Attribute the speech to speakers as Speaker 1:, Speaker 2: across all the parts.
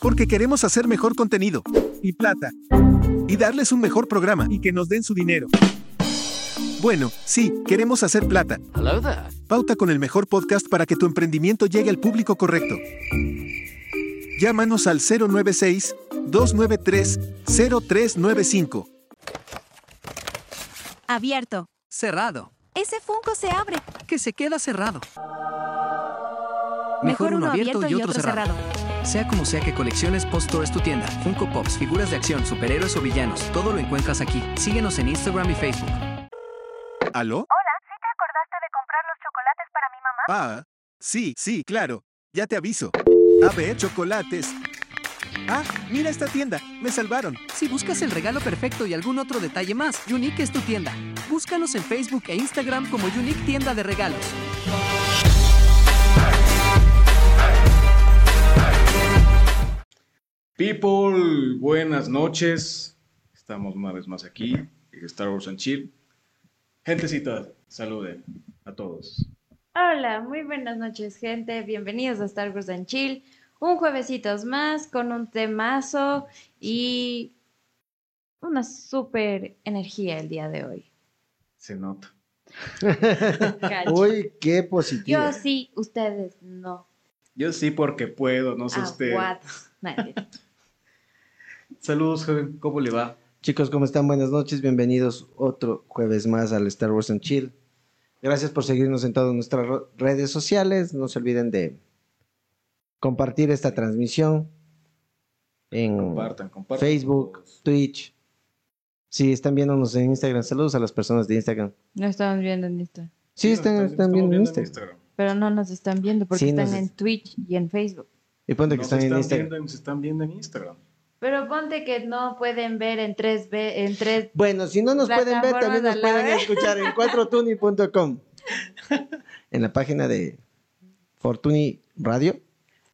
Speaker 1: Porque queremos hacer mejor contenido. Y plata. Y darles un mejor programa. Y que nos den su dinero. Bueno, sí, queremos hacer plata.
Speaker 2: Hello there.
Speaker 1: Pauta con el mejor podcast para que tu emprendimiento llegue al público correcto. Llámanos al 096-293-0395.
Speaker 3: Abierto.
Speaker 4: Cerrado.
Speaker 3: Ese Funko se abre.
Speaker 4: Que se queda cerrado.
Speaker 3: Mejor uno abierto y otro cerrado.
Speaker 4: Sea como sea que colecciones Poststore es tu tienda. Funko Pops, figuras de acción, superhéroes o villanos. Todo lo encuentras aquí. Síguenos en Instagram y Facebook.
Speaker 1: ¿Aló?
Speaker 5: Hola, ¿sí te acordaste de comprar los chocolates para mi mamá?
Speaker 1: Ah, sí, sí, claro. Ya te aviso. A ver, chocolates. Ah, mira esta tienda. Me salvaron.
Speaker 4: Si buscas el regalo perfecto y algún otro detalle más, Unique es tu tienda. Búscanos en Facebook e Instagram como Unique Tienda de Regalos.
Speaker 6: People, buenas noches. Estamos una vez más aquí, en Star Wars and Chill. Gentecita, saluden a todos.
Speaker 7: Hola, muy buenas noches, gente. Bienvenidos a Star Wars and Chill. Un juevesitos más con un temazo y una super energía el día de hoy.
Speaker 6: Se nota.
Speaker 7: Cacho.
Speaker 8: Uy, qué positivo.
Speaker 7: Yo sí, ustedes no.
Speaker 6: Yo sí porque puedo, no sé
Speaker 7: Ah,
Speaker 6: usted.
Speaker 7: Aguados. Nadie.
Speaker 6: Saludos, joven. ¿Cómo le va?
Speaker 8: Chicos, ¿cómo están? Buenas noches, bienvenidos otro jueves más al Star Wars and Chill. Gracias por seguirnos en todas nuestras ro- redes sociales. No se olviden de compartir esta transmisión en
Speaker 6: Compartan, compartan.
Speaker 8: Facebook, Twitch. Si están viéndonos en Instagram, saludos a las personas de Instagram.
Speaker 7: No estamos viendo en esto,
Speaker 8: Sí, están,
Speaker 6: nos
Speaker 8: están
Speaker 6: estamos
Speaker 8: viendo en
Speaker 6: viendo
Speaker 8: Instagram.
Speaker 7: pero no nos están viendo porque
Speaker 8: Sí,
Speaker 7: están
Speaker 8: nos
Speaker 7: en
Speaker 8: es-
Speaker 7: Twitch y en Facebook.
Speaker 8: Y ponte que
Speaker 6: Nos
Speaker 8: están en
Speaker 6: están
Speaker 8: Instagram.
Speaker 6: viendo en- se están viendo en Instagram.
Speaker 7: Pero ponte que no pueden ver en 3 b en 3
Speaker 8: Bueno, si no nos pueden ver,
Speaker 7: Plataformas
Speaker 8: también nos
Speaker 7: a la
Speaker 8: pueden
Speaker 7: vez.
Speaker 8: escuchar en 4tuni.com. En la página de Fortuny Radio,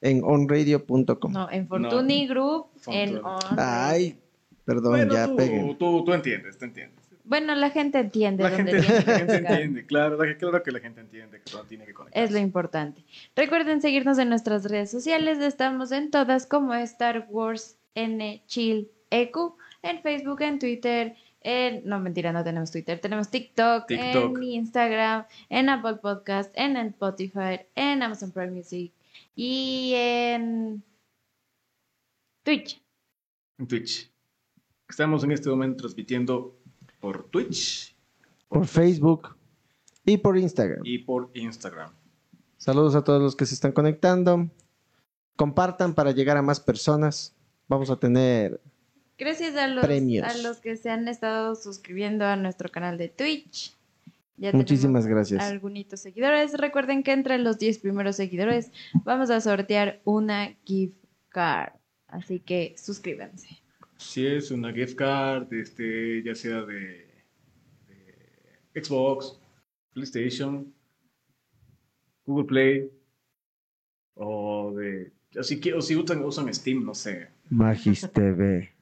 Speaker 8: en onradio.com.
Speaker 7: no, en Fortuny Group, en
Speaker 6: Fortuny.
Speaker 7: On.
Speaker 8: Ay, perdón,
Speaker 6: Bueno,
Speaker 8: ya
Speaker 6: tú,
Speaker 8: peguen.
Speaker 6: tú, tú entiendes, tú entiendes.
Speaker 7: Bueno, la gente entiende
Speaker 6: La
Speaker 7: dónde
Speaker 6: gente,
Speaker 7: tiene que
Speaker 6: la gente
Speaker 7: buscar.
Speaker 6: entiende, claro, la- claro que la gente entiende que todo tiene que conectar.
Speaker 7: Es lo importante. Recuerden seguirnos en nuestras redes sociales. Estamos en todas como Star Wars N Chill EQ, en Facebook, en Twitter, en... No, mentira, no tenemos Twitter. Tenemos TikTok,
Speaker 6: TikTok.
Speaker 7: en Instagram, en Apple Podcast, en Spotify, en Amazon Prime Music y en Twitch.
Speaker 6: En Twitch. Estamos en este momento transmitiendo por Twitch
Speaker 8: Por Facebook y por Instagram.
Speaker 6: y por Instagram.
Speaker 8: Saludos a todos los que se están conectando. Compartan para llegar a más personas. Vamos a tener
Speaker 7: Gracias a los,
Speaker 8: Premios.
Speaker 7: a los que se han estado suscribiendo a nuestro canal de Twitch. Ya tenemos
Speaker 8: muchísimas gracias.
Speaker 7: algunos seguidores. Recuerden que entre los 10 primeros seguidores vamos a sortear una gift card. Así que suscríbanse.
Speaker 6: Si es una gift card, este, ya sea de, de Xbox, PlayStation, Google Play, o de. O si, qui- o si usan, usan Steam, no sé.
Speaker 8: Magis TV.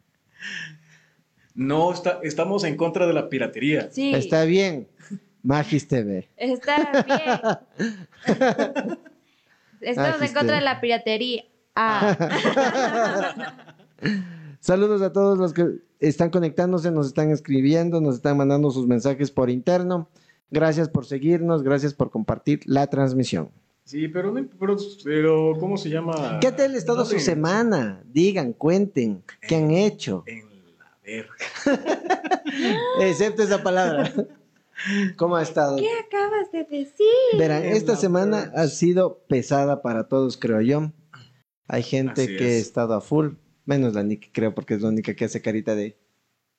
Speaker 6: No, está, estamos en contra de la piratería.
Speaker 7: Sí,
Speaker 8: Está
Speaker 7: está,
Speaker 8: bien. Magis TV.
Speaker 7: bien. Estamos en
Speaker 8: Ajiste.
Speaker 7: contra de la piratería. Ah,
Speaker 8: Saludos a todos los que están conectándose, nos están escribiendo, nos están mandando sus mensajes por interno. Gracias por seguirnos, gracias por compartir la transmisión.
Speaker 6: Sí, pero, no imp- pero, pero ¿cómo se llama?
Speaker 8: ¿Qué tal ha estado
Speaker 6: No
Speaker 8: su
Speaker 6: te-
Speaker 8: semana? Digan, cuenten, ¿qué han hecho?
Speaker 6: En la verga.
Speaker 8: Excepto esa palabra. ¿Cómo ha estado?
Speaker 7: ¿qué acabas de decir?
Speaker 8: Verán,
Speaker 6: En
Speaker 8: esta
Speaker 6: la
Speaker 8: semana
Speaker 6: verga.
Speaker 8: ha sido pesada para todos, creo yo. Hay gente
Speaker 6: Así
Speaker 8: que ha
Speaker 6: es.
Speaker 8: estado a full, menos la Nick, creo, porque es la única que hace carita de...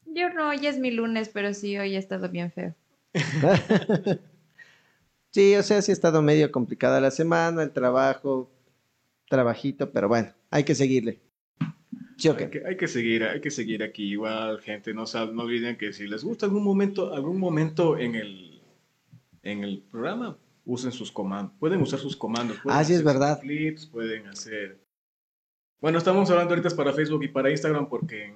Speaker 7: Yo no, hoy es mi lunes, pero sí, hoy ha estado bien feo.
Speaker 8: Sí, o sea, sí ha estado medio complicada la semana, el trabajo, trabajito, pero bueno, hay que seguirle. Sí, ok.
Speaker 6: Hay, que, hay que seguir, hay que seguir aquí. Igual, gente, no, sab- no olviden que si les gusta algún momento, algún momento en el, en el programa, usen sus comandos. Pueden usar sus comandos. pueden
Speaker 8: Ah, sí, es
Speaker 6: hacer
Speaker 8: verdad.
Speaker 6: sus Clips, pueden hacer. Bueno, estamos hablando ahorita es para Facebook y para Instagram porque en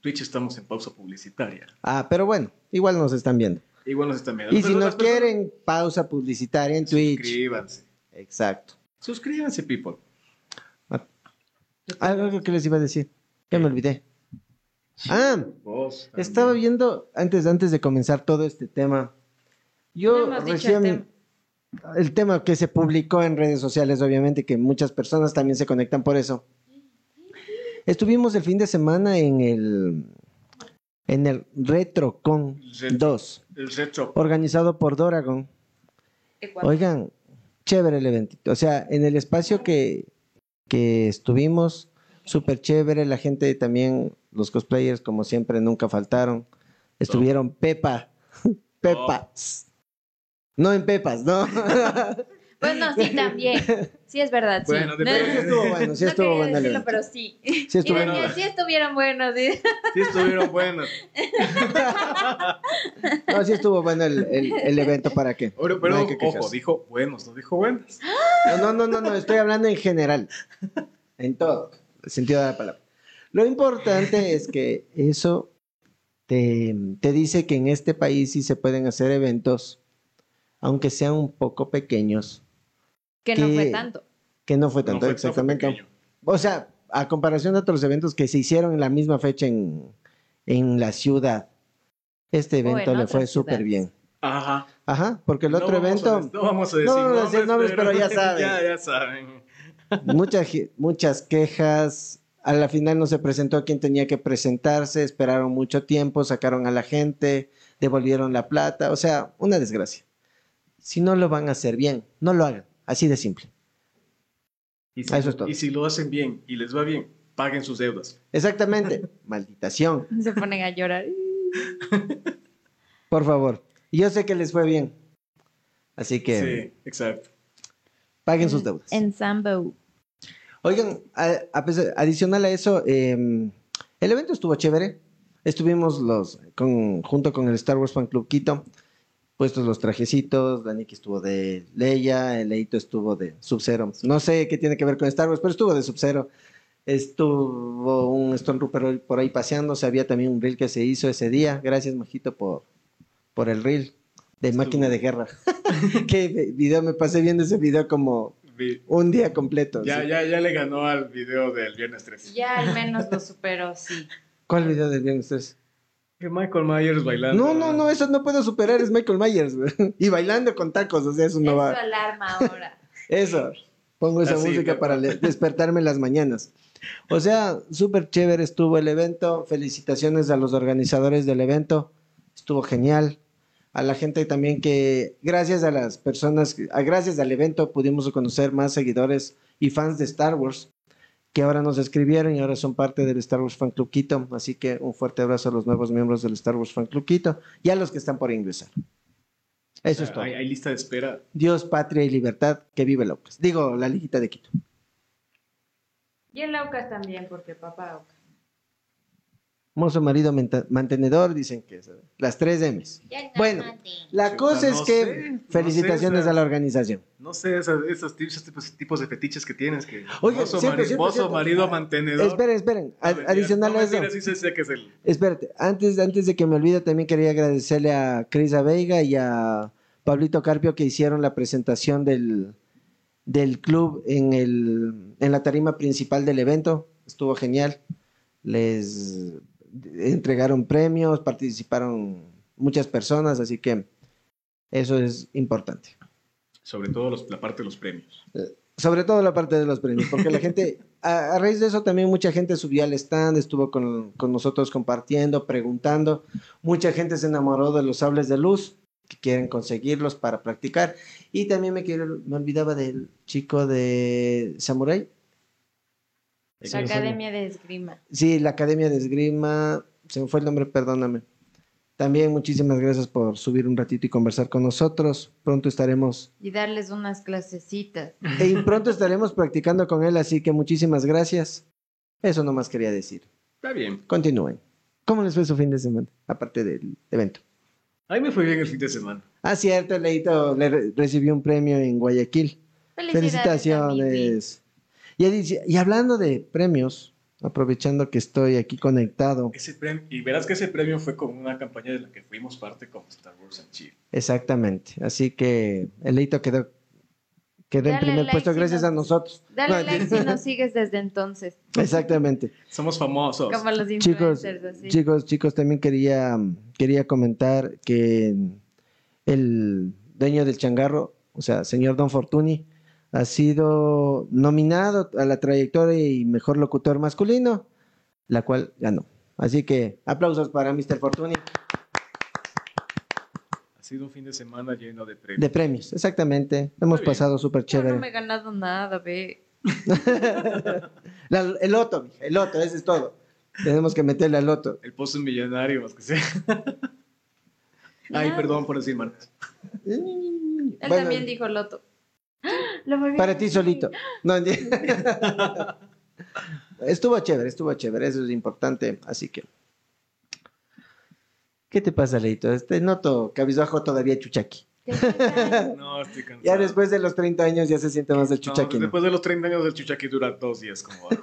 Speaker 6: Twitch estamos en pausa publicitaria.
Speaker 8: Ah, pero bueno, igual nos están viendo.
Speaker 6: Igual nos están mirando.
Speaker 8: Y si
Speaker 6: Pero
Speaker 8: no
Speaker 6: las personas-
Speaker 8: quieren, pausa publicitaria en Twitch.
Speaker 6: suscríbanse.
Speaker 8: Exacto.
Speaker 6: Suscríbanse, people.
Speaker 8: Ah, Algo que les iba a decir. Ya me olvidé. Ah,
Speaker 6: Vos también.
Speaker 8: estaba viendo, antes, antes de comenzar todo este tema, yo
Speaker 7: No hemos dicho el
Speaker 8: recién... el tema que se publicó en redes sociales, obviamente, que muchas personas también se conectan por eso. Estuvimos el fin de semana en el en el RetroCon
Speaker 6: Retro.
Speaker 8: 2,
Speaker 6: El retro.
Speaker 8: organizado por Doragon.
Speaker 7: Ecuador.
Speaker 8: Oigan, chévere el eventito. O sea, en el espacio que, que estuvimos, súper chévere. La gente también, los cosplayers, como siempre, nunca faltaron. Estuvieron Pepa. Pepas. No en Pepas, ¿no?
Speaker 7: Bueno, sí, también. Sí, es verdad. sí.
Speaker 6: Bueno,
Speaker 7: No-
Speaker 8: Sí
Speaker 6: depende.
Speaker 8: estuvo bueno, sí
Speaker 7: no
Speaker 8: estuvo
Speaker 7: quería
Speaker 8: bueno el
Speaker 7: decirlo,
Speaker 8: evento.
Speaker 7: pero sí.
Speaker 8: Sí
Speaker 7: Y
Speaker 8: estuvo
Speaker 6: Bueno.
Speaker 7: decía, sí estuvieron buenos. sí.
Speaker 6: Sí estuvieron buenos.
Speaker 8: No, sí estuvo bueno el, el- el evento, ¿para qué?
Speaker 6: Pero,
Speaker 8: No
Speaker 6: pero
Speaker 8: hay que
Speaker 6: ojo,
Speaker 8: quejarse.
Speaker 6: dijo buenos, no dijo buenas.
Speaker 8: No, no, no, no, no, estoy hablando en general. En todo el sentido de la palabra. Lo importante es que eso te, te dice que en este país sí se pueden hacer eventos, aunque sean un poco pequeños,
Speaker 7: Que no
Speaker 8: Que-
Speaker 7: fue tanto.
Speaker 8: que no fue tanto
Speaker 6: No fue- no fue
Speaker 8: exactamente.
Speaker 6: pequeño.
Speaker 8: o sea, a comparación de otros eventos que se hicieron en la misma fecha en, en la ciudad, este
Speaker 7: en
Speaker 8: evento le
Speaker 7: otras
Speaker 8: fue súper
Speaker 7: ciudades.
Speaker 8: bien.
Speaker 6: Ajá.
Speaker 8: Ajá, porque el
Speaker 6: No
Speaker 8: otro
Speaker 6: vamos
Speaker 8: evento...
Speaker 6: a des- no vamos a decir,
Speaker 8: no vamos a decir nombres, pero ya saben.
Speaker 6: ya, ya saben.
Speaker 8: Muchas, ge- muchas quejas. A la final no se presentó quien tenía que presentarse. Esperaron mucho tiempo, sacaron a la gente, devolvieron la plata. O sea, una desgracia. Si no lo van a hacer bien, no lo hagan. Así de simple.
Speaker 6: Y
Speaker 8: Ah, eso es todo.
Speaker 6: Y si lo hacen bien y les va bien, paguen sus deudas.
Speaker 8: Exactamente. Malditación.
Speaker 7: Se ponen a llorar.
Speaker 8: Por favor. Y Yo sé que les fue bien. Así que
Speaker 6: Sí, exacto.
Speaker 8: paguen sus deudas.
Speaker 7: En Sambo.
Speaker 8: Oigan, a- a pesar- adicional a eso, eh, el evento estuvo chévere. Estuvimos los con, junto con el Star Wars Fan Club Quito, puestos los trajecitos, Dani que estuvo de Leia, el Leito estuvo de Sub-Zero. No sé qué tiene que ver con Star Wars, pero estuvo de Sub-Zero. Estuvo un Stormtrooper hoy- por ahí paseándose, había también un reel que se hizo ese día. Gracias, Majito, por, por el reel de Máquina de Guerra. qué video, me pasé viendo ese video como
Speaker 6: Vi-
Speaker 8: un día completo.
Speaker 6: Ya,
Speaker 8: sí.
Speaker 6: ya, ya le ganó al video del viernes 13.
Speaker 7: Ya al menos lo superó, sí.
Speaker 8: ¿Cuál video del viernes 13?
Speaker 6: Que Michael Myers bailando.
Speaker 8: No, no, no, eso no puedo superar, es Michael Myers. güey. Y bailando con tacos, o sea, eso no
Speaker 7: es
Speaker 8: va.
Speaker 7: su alarma ahora.
Speaker 8: Eso. Pongo esa
Speaker 6: Así,
Speaker 8: música
Speaker 6: ¿no?
Speaker 8: para le- despertarme en las mañanas. O sea, súper chévere estuvo el evento. Felicitaciones a los organizadores del evento. Estuvo genial. A la gente también que, gracias a las personas, que- a- gracias al evento pudimos conocer más seguidores y fans de Star Wars que ahora nos escribieron y ahora son parte del Star Wars Fan Club Quito. Así que un fuerte abrazo a los nuevos miembros del Star Wars Fan Club Quito y a los que están por ingresar. Eso es todo.
Speaker 6: Ah, Hay, hay lista de espera.
Speaker 8: Dios, patria y libertad, que vive López. Digo, la liguita de Quito.
Speaker 7: Y el Aucas también, porque papá Aucas.
Speaker 8: Mozo marido menta- mantenedor, dicen que es. Las tres M's. Bueno, la
Speaker 6: Chuta,
Speaker 8: cosa es
Speaker 6: no
Speaker 8: que
Speaker 6: sé, no
Speaker 8: felicitaciones
Speaker 6: sé, o sea.
Speaker 8: a la organización.
Speaker 6: No sé, esas- esos tipos, esos tipos- tipos de fetiches que tienes. Que
Speaker 8: Oye,
Speaker 6: Oso,
Speaker 8: cierto,
Speaker 6: mari-
Speaker 8: cierto,
Speaker 6: oso,
Speaker 8: cierto.
Speaker 6: marido mantenedor.
Speaker 8: Esperen, esperen.
Speaker 6: No,
Speaker 8: a-
Speaker 6: mentira,
Speaker 8: adicional
Speaker 6: no,
Speaker 8: a eso.
Speaker 6: mentira, sí sé- sé que es el-
Speaker 8: Espérate, antes, antes de que me olvide, también quería agradecerle a Cris Veiga y a Pablito Carpio que hicieron la presentación del, del club en, el, en la tarima principal del evento. Estuvo genial. Les entregaron premios, participaron muchas personas, así que eso es importante.
Speaker 6: Sobre todo los- la parte de los premios.
Speaker 8: Sobre todo la parte de los premios, porque la gente, a, a raíz de eso también mucha gente subió al stand, estuvo con, con nosotros compartiendo, preguntando. Mucha gente se enamoró de los sables de luz, que quieren conseguirlos para practicar. Y también me, quiero- me olvidaba del chico de Samurai.
Speaker 7: La Academia de Esgrima.
Speaker 8: Sí, la Academia de Esgrima, se me fue el nombre, perdóname. También muchísimas gracias por subir un ratito y conversar con nosotros. Pronto estaremos
Speaker 7: Y darles unas clasecitas.
Speaker 8: Y E pronto estaremos practicando con él, así que muchísimas gracias. Eso nomás quería decir.
Speaker 6: Está bien.
Speaker 8: Continúen. ¿Cómo les fue su fin de semana? Aparte del evento.
Speaker 6: A mí me fue bien el fin de semana.
Speaker 8: Ah, cierto, Leito le re- recibió un premio en Guayaquil.
Speaker 7: Felicidades. a Mimi.
Speaker 8: Felicitaciones. Y, adici- y hablando de premios, aprovechando que estoy aquí conectado,
Speaker 6: Ese premio, y verás que ese premio fue con una campaña de la que fuimos parte con Star Wars and Chill.
Speaker 8: exactamente. Así que el Leito quedó Quedó en
Speaker 7: Dale
Speaker 8: primer
Speaker 7: like
Speaker 8: puesto
Speaker 7: si
Speaker 8: gracias
Speaker 7: nos-
Speaker 8: a nosotros.
Speaker 7: Dale
Speaker 8: No,
Speaker 7: like si nos sigues desde entonces.
Speaker 8: Exactamente.
Speaker 6: Somos famosos.
Speaker 7: Como los
Speaker 8: Chicos,
Speaker 7: influencers, así.
Speaker 8: chicos, chicos, también quería, quería comentar que el dueño del changarro, o sea, señor Don Fortuny, ha sido nominado a la trayectoria y mejor locutor masculino, la cual ganó. Así que aplausos para Mr. Fortuny
Speaker 6: Ha sido un fin de semana lleno de premios.
Speaker 8: de premios, exactamente. Hemos
Speaker 6: bien.
Speaker 8: pasado súper
Speaker 7: Yo no me he
Speaker 8: chévere.
Speaker 7: ganado nada, ve.
Speaker 8: La- el loto, mija, el loto, eso es todo. Tenemos que meterle al loto.
Speaker 6: El pozo millonario, más que sea. Ay,
Speaker 7: Ah.
Speaker 6: perdón por decir marcas.
Speaker 7: Él
Speaker 8: Bueno,
Speaker 7: también dijo Loto. ¡Ah! Lo volví a
Speaker 8: Para ti
Speaker 7: decir.
Speaker 8: solito. No, estuvo chévere, estuvo chévere, eso es importante, así que. ¿Qué te pasa, Leito? Te noto cabizbajo todavía chuchaqui.
Speaker 7: ¿Qué tal?
Speaker 6: No, estoy cansado.
Speaker 8: Ya después de los 30 años ya se siente más el
Speaker 6: No,
Speaker 8: chuchaqui. ¿no?
Speaker 6: después de los 30 años el chuchaqui dura dos días como ahora.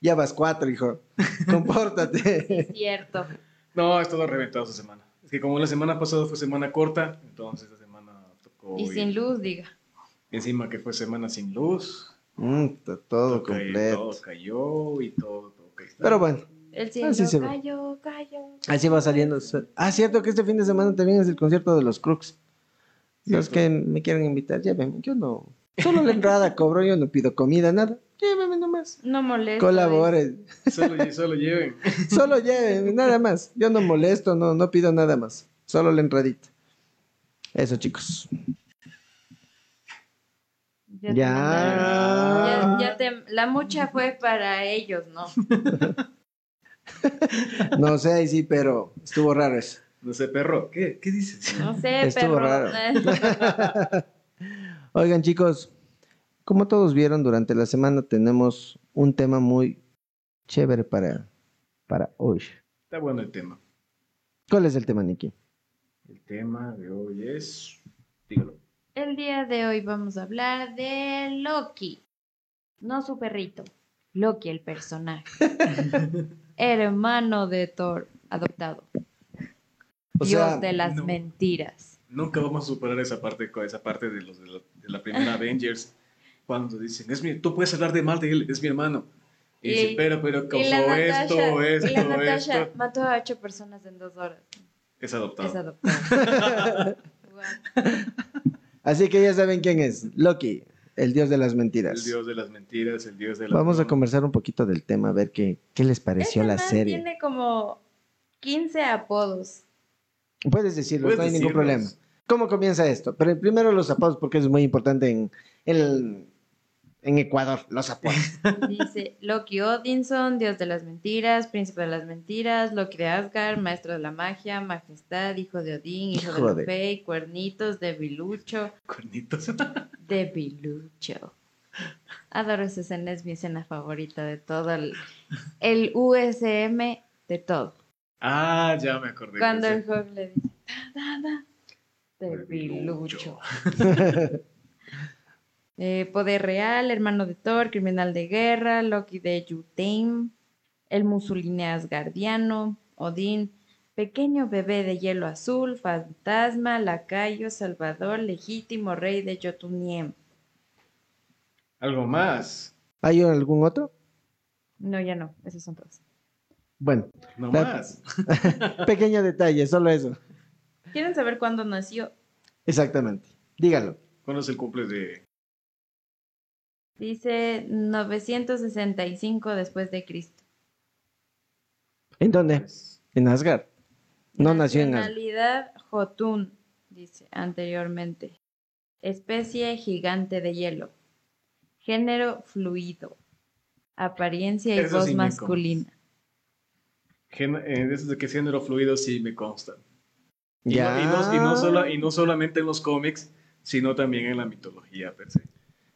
Speaker 8: Ya vas cuatro, hijo.
Speaker 7: Sí,
Speaker 8: Compórtate.
Speaker 7: es cierto.
Speaker 6: No, he estado reventado esta semana. Es que como la semana pasada fue semana corta, entonces esta semana tocó.
Speaker 7: Y
Speaker 6: ir.
Speaker 7: sin luz, diga.
Speaker 6: Encima que fue semana sin luz.
Speaker 8: Mm, to- todo
Speaker 6: Toca-
Speaker 8: completo.
Speaker 6: Todo cayó y todo, todo cayó.
Speaker 8: Pero bueno,
Speaker 7: El
Speaker 8: Ah,
Speaker 7: cielo
Speaker 8: sí se ve.
Speaker 7: cayó, cayó.
Speaker 8: así va saliendo. Ah, cierto que este fin de semana también es el concierto de los Crooks. Los
Speaker 6: Cierto.
Speaker 8: que me quieren invitar, llévenme. Yo no. Solo la entrada cobro, yo no pido comida, nada. Llévenme nomás.
Speaker 7: No molesta.
Speaker 8: Colaboren,
Speaker 6: Solo, solo lleven.
Speaker 8: solo lleven, nada más. Yo no molesto, no, no pido nada más. Solo la entradita. Eso, chicos.
Speaker 7: Ya. te
Speaker 8: Ya.
Speaker 6: Ah,
Speaker 7: mandaron. Ya- ya
Speaker 8: Ah.
Speaker 7: te- la mucha fue para ellos, ¿no?
Speaker 8: No sé, ahí sí, pero estuvo raro eso.
Speaker 6: No sé, perro, ¿qué, qué dices?
Speaker 7: No sé, eh,
Speaker 8: Estuvo
Speaker 7: perro.
Speaker 8: raro. Oigan, chicos, como todos vieron durante la semana, tenemos un tema muy chévere para, para hoy.
Speaker 6: Está bueno el tema.
Speaker 8: ¿Cuál es el tema, Nicky?
Speaker 6: El tema de hoy es. Dígalo.
Speaker 7: El día de hoy vamos a hablar de Loki. No su perrito. Loki, el personaje. Hermano de Thor, adoptado.
Speaker 8: O
Speaker 7: Dios
Speaker 8: sea,
Speaker 7: de las
Speaker 6: no.
Speaker 7: mentiras.
Speaker 6: Nunca vamos a superar esa parte, con esa parte de, los, de, la, de la primera Avengers. Cuando dicen, es mi, tú puedes hablar de mal de él, es mi hermano. Y,
Speaker 7: Y-
Speaker 6: dicen, pero, pero, como
Speaker 7: Y
Speaker 6: esto,
Speaker 7: la Natasha, y la
Speaker 6: esto,
Speaker 7: Natasha
Speaker 6: esto.
Speaker 7: mató a ocho personas en dos horas.
Speaker 6: Es adoptado.
Speaker 7: Es adoptado. Guau.
Speaker 8: Así que ya saben quién es. Loki, el dios de las mentiras.
Speaker 6: El dios de las mentiras, el dios de la.
Speaker 8: Vamos a conversar un poquito del tema, a ver qué, qué les pareció
Speaker 7: Este
Speaker 8: la
Speaker 7: man
Speaker 8: serie.
Speaker 7: Tiene como 15 apodos.
Speaker 8: Puedes decirlo,
Speaker 6: Puedes
Speaker 8: no hay ningún
Speaker 6: decirlos.
Speaker 8: problema. ¿Cómo comienza esto? Pero primero los apodos, porque es muy importante en, en, en Ecuador, los apodos.
Speaker 7: Dice Loki Odinson, dios de las mentiras, príncipe de las mentiras, Loki de Asgard, maestro de la magia, majestad, hijo de Odín, hijo
Speaker 8: Hijo de-
Speaker 7: de Fey, cuernitos, debilucho,
Speaker 6: Cuernitos.
Speaker 7: debilucho. Adoro esa escena, es mi escena favorita de todo el, el USM de todo.
Speaker 6: ah, ya me acordé.
Speaker 7: Cuando
Speaker 6: que
Speaker 7: el
Speaker 6: sí.
Speaker 7: Hulk le dice, da, da, da, debilucho.
Speaker 6: Debilucho.
Speaker 7: Eh, poder real, hermano de Thor, criminal de guerra, Loki de Yutain, el musulín asgardiano, Odín, pequeño bebé de hielo azul, fantasma, lacayo, salvador, legítimo rey de Jotunheim.
Speaker 6: Algo más.
Speaker 8: ¿Hay algún otro?
Speaker 7: No, ya no, esos son todos.
Speaker 8: Bueno,
Speaker 6: No
Speaker 8: La-
Speaker 6: más.
Speaker 8: pequeño detalle, solo eso.
Speaker 7: ¿Quieren saber cuándo nació?
Speaker 8: Exactamente. Dígalo.
Speaker 6: ¿Cuándo es el cumple de.?
Speaker 7: Dice 965 después de Cristo.
Speaker 8: ¿En dónde? Pues, En Asgard.
Speaker 7: Ah,
Speaker 8: No nació en Asgard.
Speaker 7: Nacionalidad Jotun, dice anteriormente. Especie gigante de hielo. Género fluido. Apariencia y
Speaker 6: Eso
Speaker 7: voz
Speaker 6: sí me
Speaker 7: masculina.
Speaker 6: Gen- eh, eso de que es género fluido sí me consta. Y,
Speaker 8: Ya.
Speaker 6: no, y no- y no solo- y no solamente en los cómics, sino también en la mitología per se.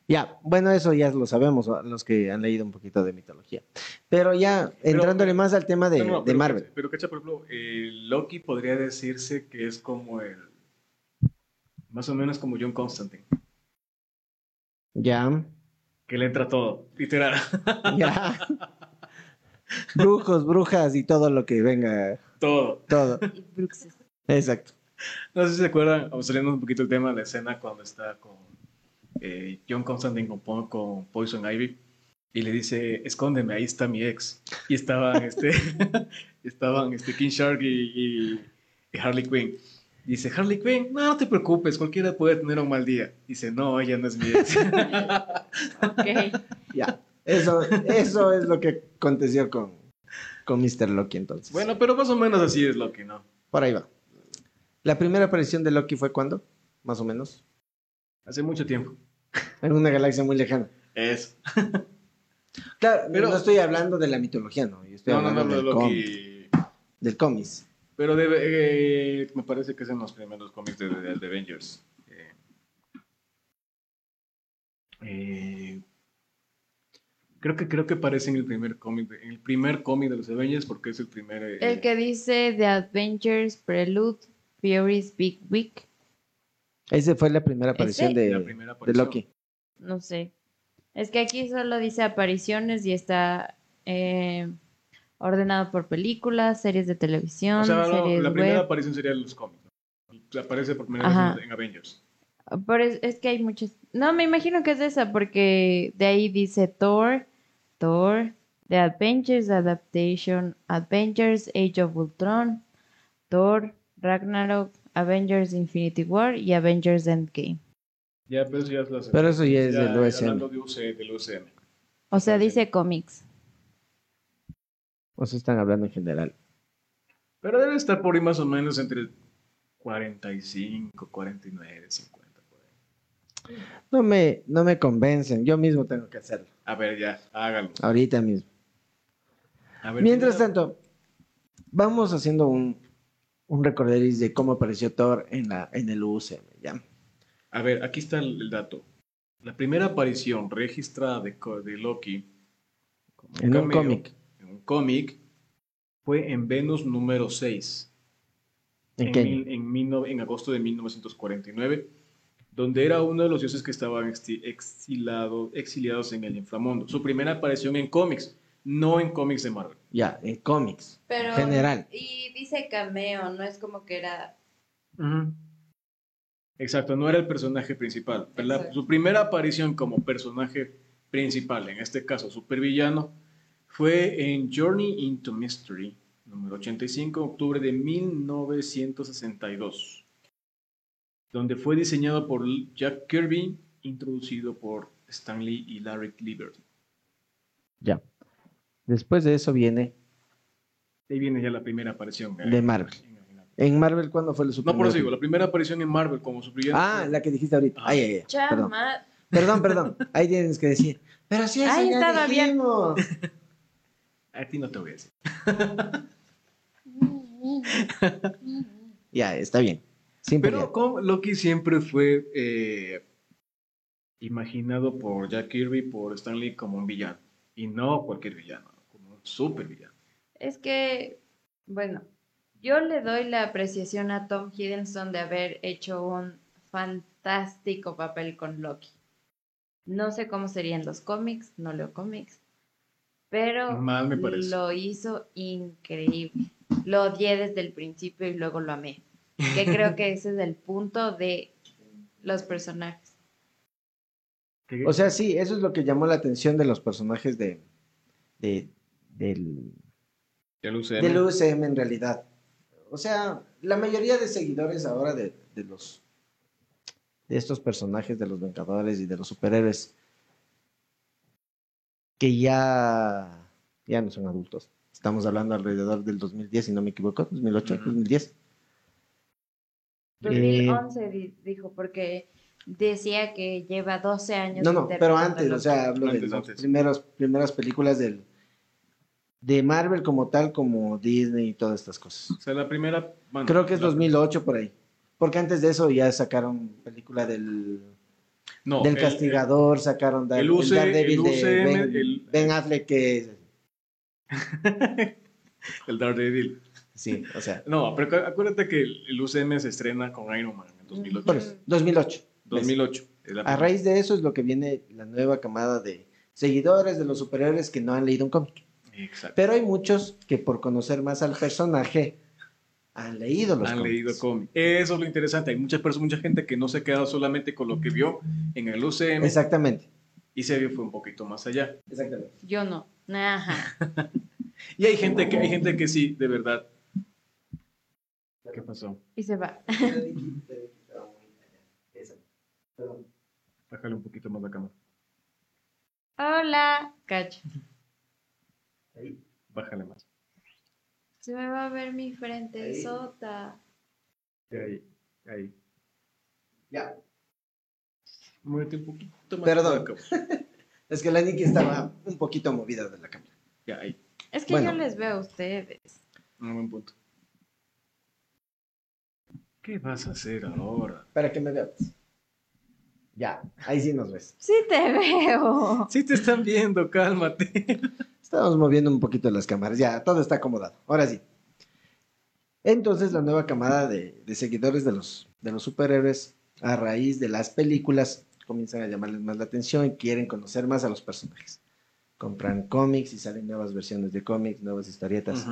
Speaker 8: Ya, bueno, eso ya lo sabemos, los que han leído un poquito de mitología. Pero ya, entrándole más al tema de,
Speaker 6: eh, No, no,
Speaker 8: de
Speaker 6: pero
Speaker 8: Marvel.
Speaker 6: cacha- Pero cacha, por ejemplo, eh, Loki podría decirse que es como el. Más o menos como John Constantine,
Speaker 8: Ya.
Speaker 6: que le entra todo, literal.
Speaker 8: Ya. Brujos, brujas y todo lo que venga,
Speaker 6: Todo.
Speaker 8: todo.
Speaker 7: Y bruxes.
Speaker 8: Exacto.
Speaker 6: No sé si se acuerdan, o saliendo un poquito el tema de la escena cuando está con eh, John Constantine con, Po- con Poison Ivy y le dice, escóndeme, ahí está mi ex. Y estaban, este, estaban este, King Shark y, y- y Harley Quinn. Dice, Harley Quinn, no, no te preocupes, cualquiera puede tener un mal día. Dice, no, ella no es mi ex.
Speaker 7: Ok.
Speaker 8: Ya. Eso, eso es lo que aconteció con, con Mr. Loki entonces.
Speaker 6: bueno, pero más o menos así es Loki, ¿no?
Speaker 8: Por ahí va. La primera aparición de Loki fue cuando, más o menos,
Speaker 6: Hace mucho tiempo.
Speaker 8: en una galaxia muy lejana.
Speaker 6: Es.
Speaker 8: Claro,
Speaker 6: Pero-
Speaker 8: no estoy hablando de la mitología, no. Yo estoy
Speaker 6: No, no,
Speaker 8: hablando
Speaker 6: no, no,
Speaker 8: del, cómic,
Speaker 6: Loki.
Speaker 8: del cómics.
Speaker 6: Pero debe- eh, me parece que es en los primeros cómics de, de- de Avengers. Eh, eh, creo que creo que aparece en el primer cómic, de- en el primer cómic de los Avengers porque es el primer. eh,
Speaker 7: El que dice The Adventures Prelude Furies Big Week.
Speaker 8: Esa fue la primera aparición de,
Speaker 6: la primera
Speaker 8: de
Speaker 6: aparición.
Speaker 8: Loki.
Speaker 7: No sé. Es que aquí solo dice apariciones y está eh, ordenado por películas, series de televisión,
Speaker 6: O sea, no,
Speaker 7: series
Speaker 6: la
Speaker 7: web.
Speaker 6: primera aparición sería en los cómics. ¿no? Aparece por primera
Speaker 7: Ajá.
Speaker 6: vez en- en Avengers.
Speaker 7: Pero es, es que hay muchas. No, me imagino que es esa, porque de ahí dice Thor, Thor, The Adventures, Adaptation, Adventures, Age of Ultron, Thor, Ragnarok, Avengers Infinity War y Avengers Endgame.
Speaker 6: Ya, pero eso ya es la
Speaker 8: Pero eso ya es
Speaker 6: ya,
Speaker 8: del
Speaker 6: Hablando
Speaker 8: USM.
Speaker 6: de UC, del UCM.
Speaker 7: O sea, dice cómics.
Speaker 8: O sea, están hablando en general.
Speaker 6: Pero debe estar por ahí más o menos entre 45, 49, 50. Por ahí.
Speaker 8: No me, no me convencen. Yo mismo tengo que hacerlo.
Speaker 6: A ver, ya, hágalo.
Speaker 8: Ahorita mismo.
Speaker 6: A ver,
Speaker 8: Mientras
Speaker 6: primero-
Speaker 8: tanto, vamos haciendo un, un recorderis de cómo apareció Thor en, la, en el UCM. ¿ya?
Speaker 6: A ver, aquí está el el dato. La primera aparición registrada de, co- de Loki como
Speaker 8: En un
Speaker 6: cameo,
Speaker 8: cómic.
Speaker 6: en un cómic fue en Venus número 6.
Speaker 8: ¿En
Speaker 6: en,
Speaker 8: qué?
Speaker 6: mil- en mil no- en agosto de 1949, donde era uno de los dioses que estaban exti- exilado- exiliados en el inframundo. Su primera aparición en cómics, no en cómics de Marvel.
Speaker 8: Ya, en cómics. en general.
Speaker 7: Y dice cameo, no es como que era.
Speaker 6: Exacto, no era el personaje principal. Pero la-
Speaker 7: Exacto.
Speaker 6: su primera aparición como personaje principal, en este caso supervillano, fue en Journey into Mystery, número 85, octubre de 1962, donde fue diseñado por Jack Kirby, introducido por Stanley y Larry Lieber.
Speaker 8: Ya. Después de eso viene
Speaker 6: Ahí viene ya la primera aparición. eh,
Speaker 8: de Marvel.
Speaker 6: en- en-
Speaker 8: En Marvel, ¿cuándo fue el
Speaker 6: No,
Speaker 8: Superman?
Speaker 6: por eso digo, la primera aparición en Marvel como supervillano.
Speaker 8: Ah,
Speaker 6: fue-
Speaker 8: la que dijiste ahorita.
Speaker 6: Ajá.
Speaker 8: Ay, ay, ay. Perdón.
Speaker 7: Chama.
Speaker 8: perdón, perdón. Ahí tienes que decir. Pero sí,
Speaker 7: Ahí estaba bien.
Speaker 8: bien.
Speaker 6: A ti no te voy a decir.
Speaker 8: Ya, está bien. Sin
Speaker 6: Pero
Speaker 8: pelear.
Speaker 6: como Loki siempre fue eh, imaginado por Jack Kirby, por Stanley como un villano. Y no cualquier villano, como un super villano.
Speaker 7: Es que, bueno, yo le doy la apreciación a Tom Hiddleston de haber hecho un fantástico papel con Loki. No sé cómo serían los cómics, no leo cómics, pero
Speaker 6: Mal me parece.
Speaker 7: lo hizo increíble. Lo odié desde el principio y luego lo amé. Que creo que ese es el punto de los
Speaker 6: Eh.
Speaker 7: personajes.
Speaker 6: Que-
Speaker 8: O sea, sí, eso es lo que llamó la atención de los personajes de, de- del,
Speaker 6: el UCM.
Speaker 8: del UCM en realidad. O sea, la mayoría de seguidores ahora de, de los de estos personajes de los Vengadores y de los superhéroes que ya ya no son adultos. Estamos hablando alrededor del 2010, si no me equivoco, 2008,
Speaker 6: Ujú.
Speaker 8: 2010.
Speaker 7: 2011 di- dijo, porque decía que lleva 12 años.
Speaker 8: No, no, pero
Speaker 7: interpretando
Speaker 8: antes,
Speaker 7: a
Speaker 8: o
Speaker 7: Loki.
Speaker 8: sea, hablo de
Speaker 6: Antes,
Speaker 8: las
Speaker 6: antes.
Speaker 8: primeras, primeras películas del, de Marvel como tal, como Disney y todas estas cosas.
Speaker 6: O sea, la primera... bueno,
Speaker 8: Creo que es
Speaker 6: la-
Speaker 8: 2008 por ahí. Porque antes de eso ya sacaron película del,
Speaker 6: no,
Speaker 8: del
Speaker 6: el-
Speaker 8: Castigador, sacaron Dar-
Speaker 6: el
Speaker 8: el
Speaker 6: UC
Speaker 8: Daredevil
Speaker 6: el
Speaker 8: de
Speaker 6: UCM,
Speaker 8: ben,
Speaker 6: el-
Speaker 8: Ben Affleck, que
Speaker 6: El, el Daredevil.
Speaker 8: sí, o sea,
Speaker 6: No, pero acu- acuérdate que el, el UCM se estrena con Iron Man en 2008.
Speaker 8: por eso, 2008. ¿ves?
Speaker 6: 2008. es la
Speaker 8: A
Speaker 6: primera.
Speaker 8: raíz de eso es lo que viene la nueva camada de seguidores de los superhéroes que no han leído un cómic.
Speaker 6: Exacto.
Speaker 8: Pero hay muchos que por conocer más al personaje Han leído los
Speaker 6: han
Speaker 8: cómics.
Speaker 6: leído cómics. Eso es lo interesante. Hay muchas personas, mucha gente que no se ha quedado solamente con lo que vio en el UCM
Speaker 8: Exactamente.
Speaker 6: y se vio fue un poquito más allá.
Speaker 8: Exactamente.
Speaker 7: Yo no. Ajá.
Speaker 6: Y hay gente que hay gente que sí, de verdad. ¿Qué pasó?
Speaker 7: Y se va.
Speaker 6: Bájale un poquito más la cámara.
Speaker 7: Hola, cacho.
Speaker 6: Bájale más.
Speaker 7: Se me va a ver mi frente sota.
Speaker 6: Ahí, ahí.
Speaker 8: Ya.
Speaker 6: Muévete un poquito más.
Speaker 8: Perdón.
Speaker 6: para acá.
Speaker 8: Es que la Nikki estaba un poquito movida de la cámara.
Speaker 6: Ya, ahí.
Speaker 7: Es que
Speaker 8: Bueno.
Speaker 7: yo les veo a ustedes.
Speaker 6: Un buen punto. ¿Qué vas a hacer ahora?
Speaker 8: Para que me veas. Ya, ahí sí nos ves.
Speaker 7: Sí te veo.
Speaker 6: Sí te están viendo, cálmate.
Speaker 8: Estamos moviendo un poquito las cámaras. Ya, todo está acomodado. Ahora sí. Entonces, la nueva camada de, de seguidores de los, de los superhéroes, a raíz de las películas, comienzan a llamarles más la atención y quieren conocer más a los personajes. Compran cómics y salen nuevas versiones de cómics, nuevas historietas.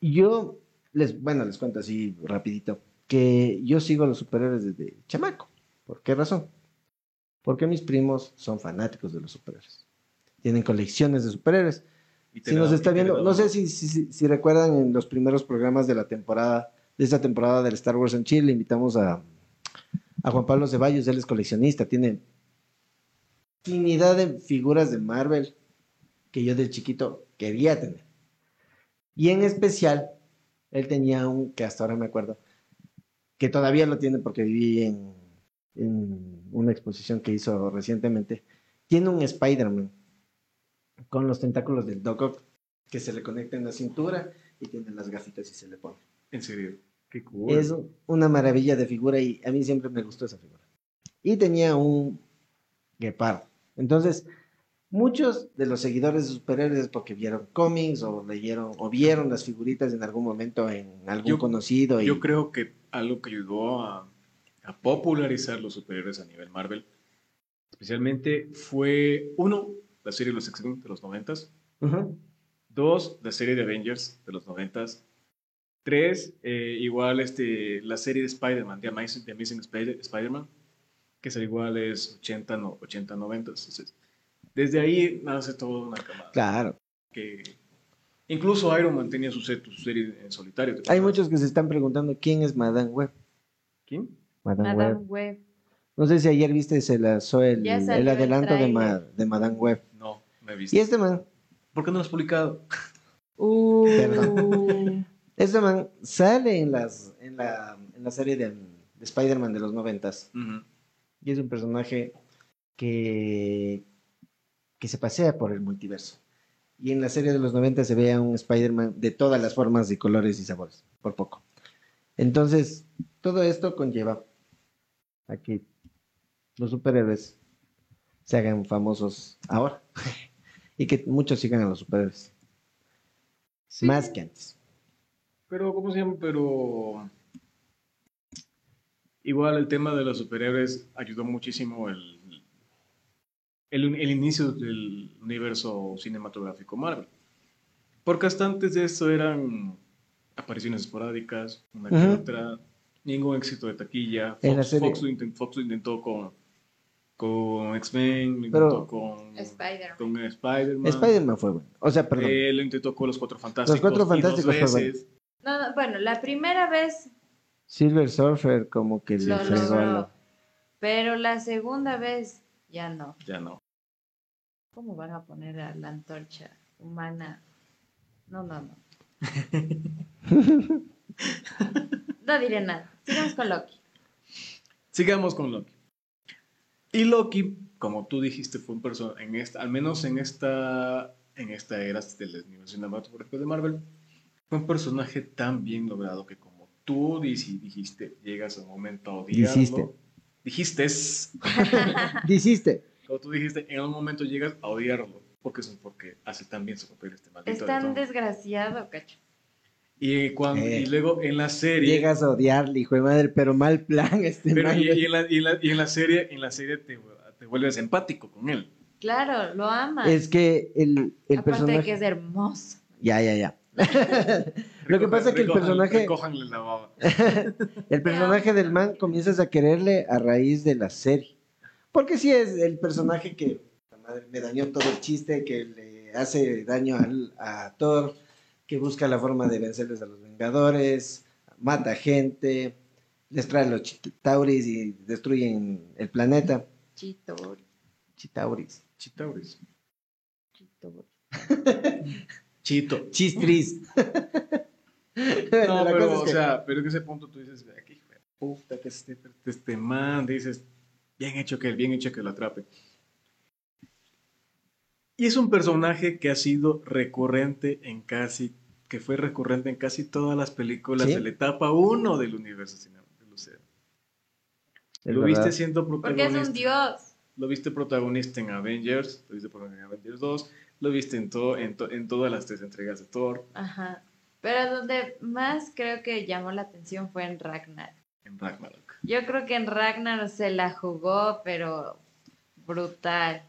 Speaker 8: Y Yo les, bueno, les cuento así rapidito, que yo sigo a los superhéroes desde chamaco. ¿Por qué razón? Porque mis primos son fanáticos de los superhéroes. Tienen colecciones de superhéroes.
Speaker 6: Y te
Speaker 8: Si
Speaker 6: la-
Speaker 8: nos
Speaker 6: y
Speaker 8: está
Speaker 6: te la
Speaker 8: viendo, no
Speaker 6: damos.
Speaker 8: sé si, si- si- si recuerdan en los primeros programas de la temporada, de esta temporada del Star Wars en Chile, invitamos a, a Juan Pablo Ceballos, él es coleccionista, tiene infinidad de figuras de Marvel que yo de chiquito quería tener. Y en especial, él tenía un, que hasta ahora me acuerdo, que todavía lo tiene porque viví en, en una exposición que hizo recientemente, tiene un Spider-Man con los tentáculos del Doc Ock que se le conecta en la cintura y tiene las gafitas y se le pone.
Speaker 6: En serio. Qué cool.
Speaker 8: Es una maravilla de figura y a mí siempre me gustó esa figura. Y tenía un guepardo. Entonces, muchos de los seguidores de superhéroes es porque vieron cómics o leyeron o vieron las figuritas en algún momento en algún
Speaker 6: Yo-
Speaker 8: conocido. y-
Speaker 6: Yo creo que algo que ayudó a, a popularizar los superhéroes a nivel Marvel, especialmente fue, uno, la serie de los X-Men de los noventas,
Speaker 8: Ujú.
Speaker 6: dos, la serie de Avengers de los noventas, tres, eh, igual este, la serie de Spider-Man, The Amazing, The Amazing Spider- Spider-Man, que es igual es 80, no, 80 90 Entonces, desde ahí nace toda una camada.
Speaker 8: Claro.
Speaker 6: Que, incluso Iron Man tenía su, set- su serie en solitario. ¿te
Speaker 8: Hay
Speaker 6: acuerdas?
Speaker 8: muchos que se están preguntando quién es Madame Web.
Speaker 6: ¿Quién?
Speaker 8: Madame,
Speaker 7: Madame
Speaker 8: Web.
Speaker 7: Web.
Speaker 8: No sé si ayer viste se lanzó el,
Speaker 7: Ya
Speaker 8: el
Speaker 7: salió el
Speaker 8: adelanto de,
Speaker 7: tráiler.
Speaker 8: Ma- de Madame Web.
Speaker 6: No, no he visto.
Speaker 8: Y este man,
Speaker 6: ¿Por qué no lo has publicado?
Speaker 8: Perdón. este man sale en, las, en, la, en la serie de, de Spider-Man de los noventas. Y es un personaje que, que se pasea por el multiverso. Y en la serie de los 90 se ve a un Spider-Man de todas las formas y colores y sabores, por poco. Entonces, todo esto conlleva a que los superhéroes se hagan famosos ahora y que muchos sigan a los superhéroes, más que antes.
Speaker 6: Pero, ¿cómo se llama? Pero. Igual el tema de los superhéroes ayudó muchísimo el, el, el inicio del universo cinematográfico Marvel. Porque hasta antes de eso eran apariciones esporádicas, una que
Speaker 8: Ujú.
Speaker 6: otra, ningún éxito de taquilla.
Speaker 8: En la
Speaker 6: Fox,
Speaker 8: serie.
Speaker 6: Fox lo, inten- Fox lo intentó con, con X-Men, lo
Speaker 8: Pero-
Speaker 6: intentó con
Speaker 7: Spider-Man.
Speaker 6: con Spider-Man.
Speaker 8: Spider-Man fue bueno, o sea, perdón.
Speaker 6: Eh, lo intentó con los Cuatro Fantásticos.
Speaker 8: Cuatro
Speaker 6: y dos
Speaker 8: Fantásticos fue bueno.
Speaker 6: veces.
Speaker 7: No, no, bueno, la primera vez
Speaker 8: Silver Surfer como que le
Speaker 7: lo
Speaker 8: fregó a la-
Speaker 7: logró. Pero la segunda vez ya no.
Speaker 6: Ya no.
Speaker 7: ¿Cómo van a poner a la antorcha humana? No, no, no. No diré nada. Sigamos con Loki.
Speaker 6: Sigamos con Loki. Y Loki, como tú dijiste, fue un personaje, en esta, al menos en esta, en esta era del universo cinematográfico de Marvel, fue un personaje tan bien logrado que como tú dici- dijiste, llegas a un momento a odiarlo.
Speaker 8: Dijiste.
Speaker 6: Dijiste. es-
Speaker 8: Dijiste,
Speaker 6: Como tú dijiste, en un momento llegas a odiarlo. Porque, es porque hace tan bien su papel este maldito.
Speaker 7: Es tan
Speaker 6: ratón.
Speaker 7: desgraciado, cacho.
Speaker 6: y, cuando,
Speaker 8: Eh.
Speaker 6: y luego en la serie...
Speaker 8: llegas a odiarle, hijo de madre, pero mal plan este
Speaker 6: Pero
Speaker 8: man.
Speaker 6: y, y en la, y en la- y en la serie, en la serie te, te vuelves empático con él.
Speaker 7: Claro, lo ama.
Speaker 8: Es que el, el
Speaker 7: Aparte de
Speaker 8: personaje.
Speaker 7: que es hermoso.
Speaker 8: Ya, ya, ya. Lo que pasa es que el personaje-
Speaker 6: Recojanle la baba.
Speaker 8: El personaje del man comienzas a quererle a raíz de la serie. Porque sí es el personaje que la madre, me dañó todo el chiste, que le hace daño al, a Thor, que busca la forma de vencerles a los Vengadores, mata gente, les trae los Chitauris y destruyen el planeta.
Speaker 7: Chitor,
Speaker 8: Chitauris.
Speaker 6: Chitauris.
Speaker 7: chitor.
Speaker 6: Chito.
Speaker 8: Chistris.
Speaker 6: No, pero, o sea, pero en ese punto tú dices, aquí, hijo de puta, que este, este man, dices, bien hecho que él, bien hecho que lo atrape. Y es un personaje que ha sido recurrente en casi, que fue recurrente en casi todas las películas
Speaker 8: Sí.
Speaker 6: de la etapa 1 del universo cinematográfico. Lo viste siendo
Speaker 7: Porque
Speaker 6: protagonista.
Speaker 7: es un dios.
Speaker 6: Lo viste protagonista en Avengers, lo viste protagonista en Avengers 2, lo viste en, todo, en, to- en todas las tres entregas de Thor,
Speaker 7: Ajá. Pero donde más creo que llamó la atención fue en Ragnar.
Speaker 6: en Ragnarok.
Speaker 7: Yo creo que en Ragnar se la jugó, pero brutal.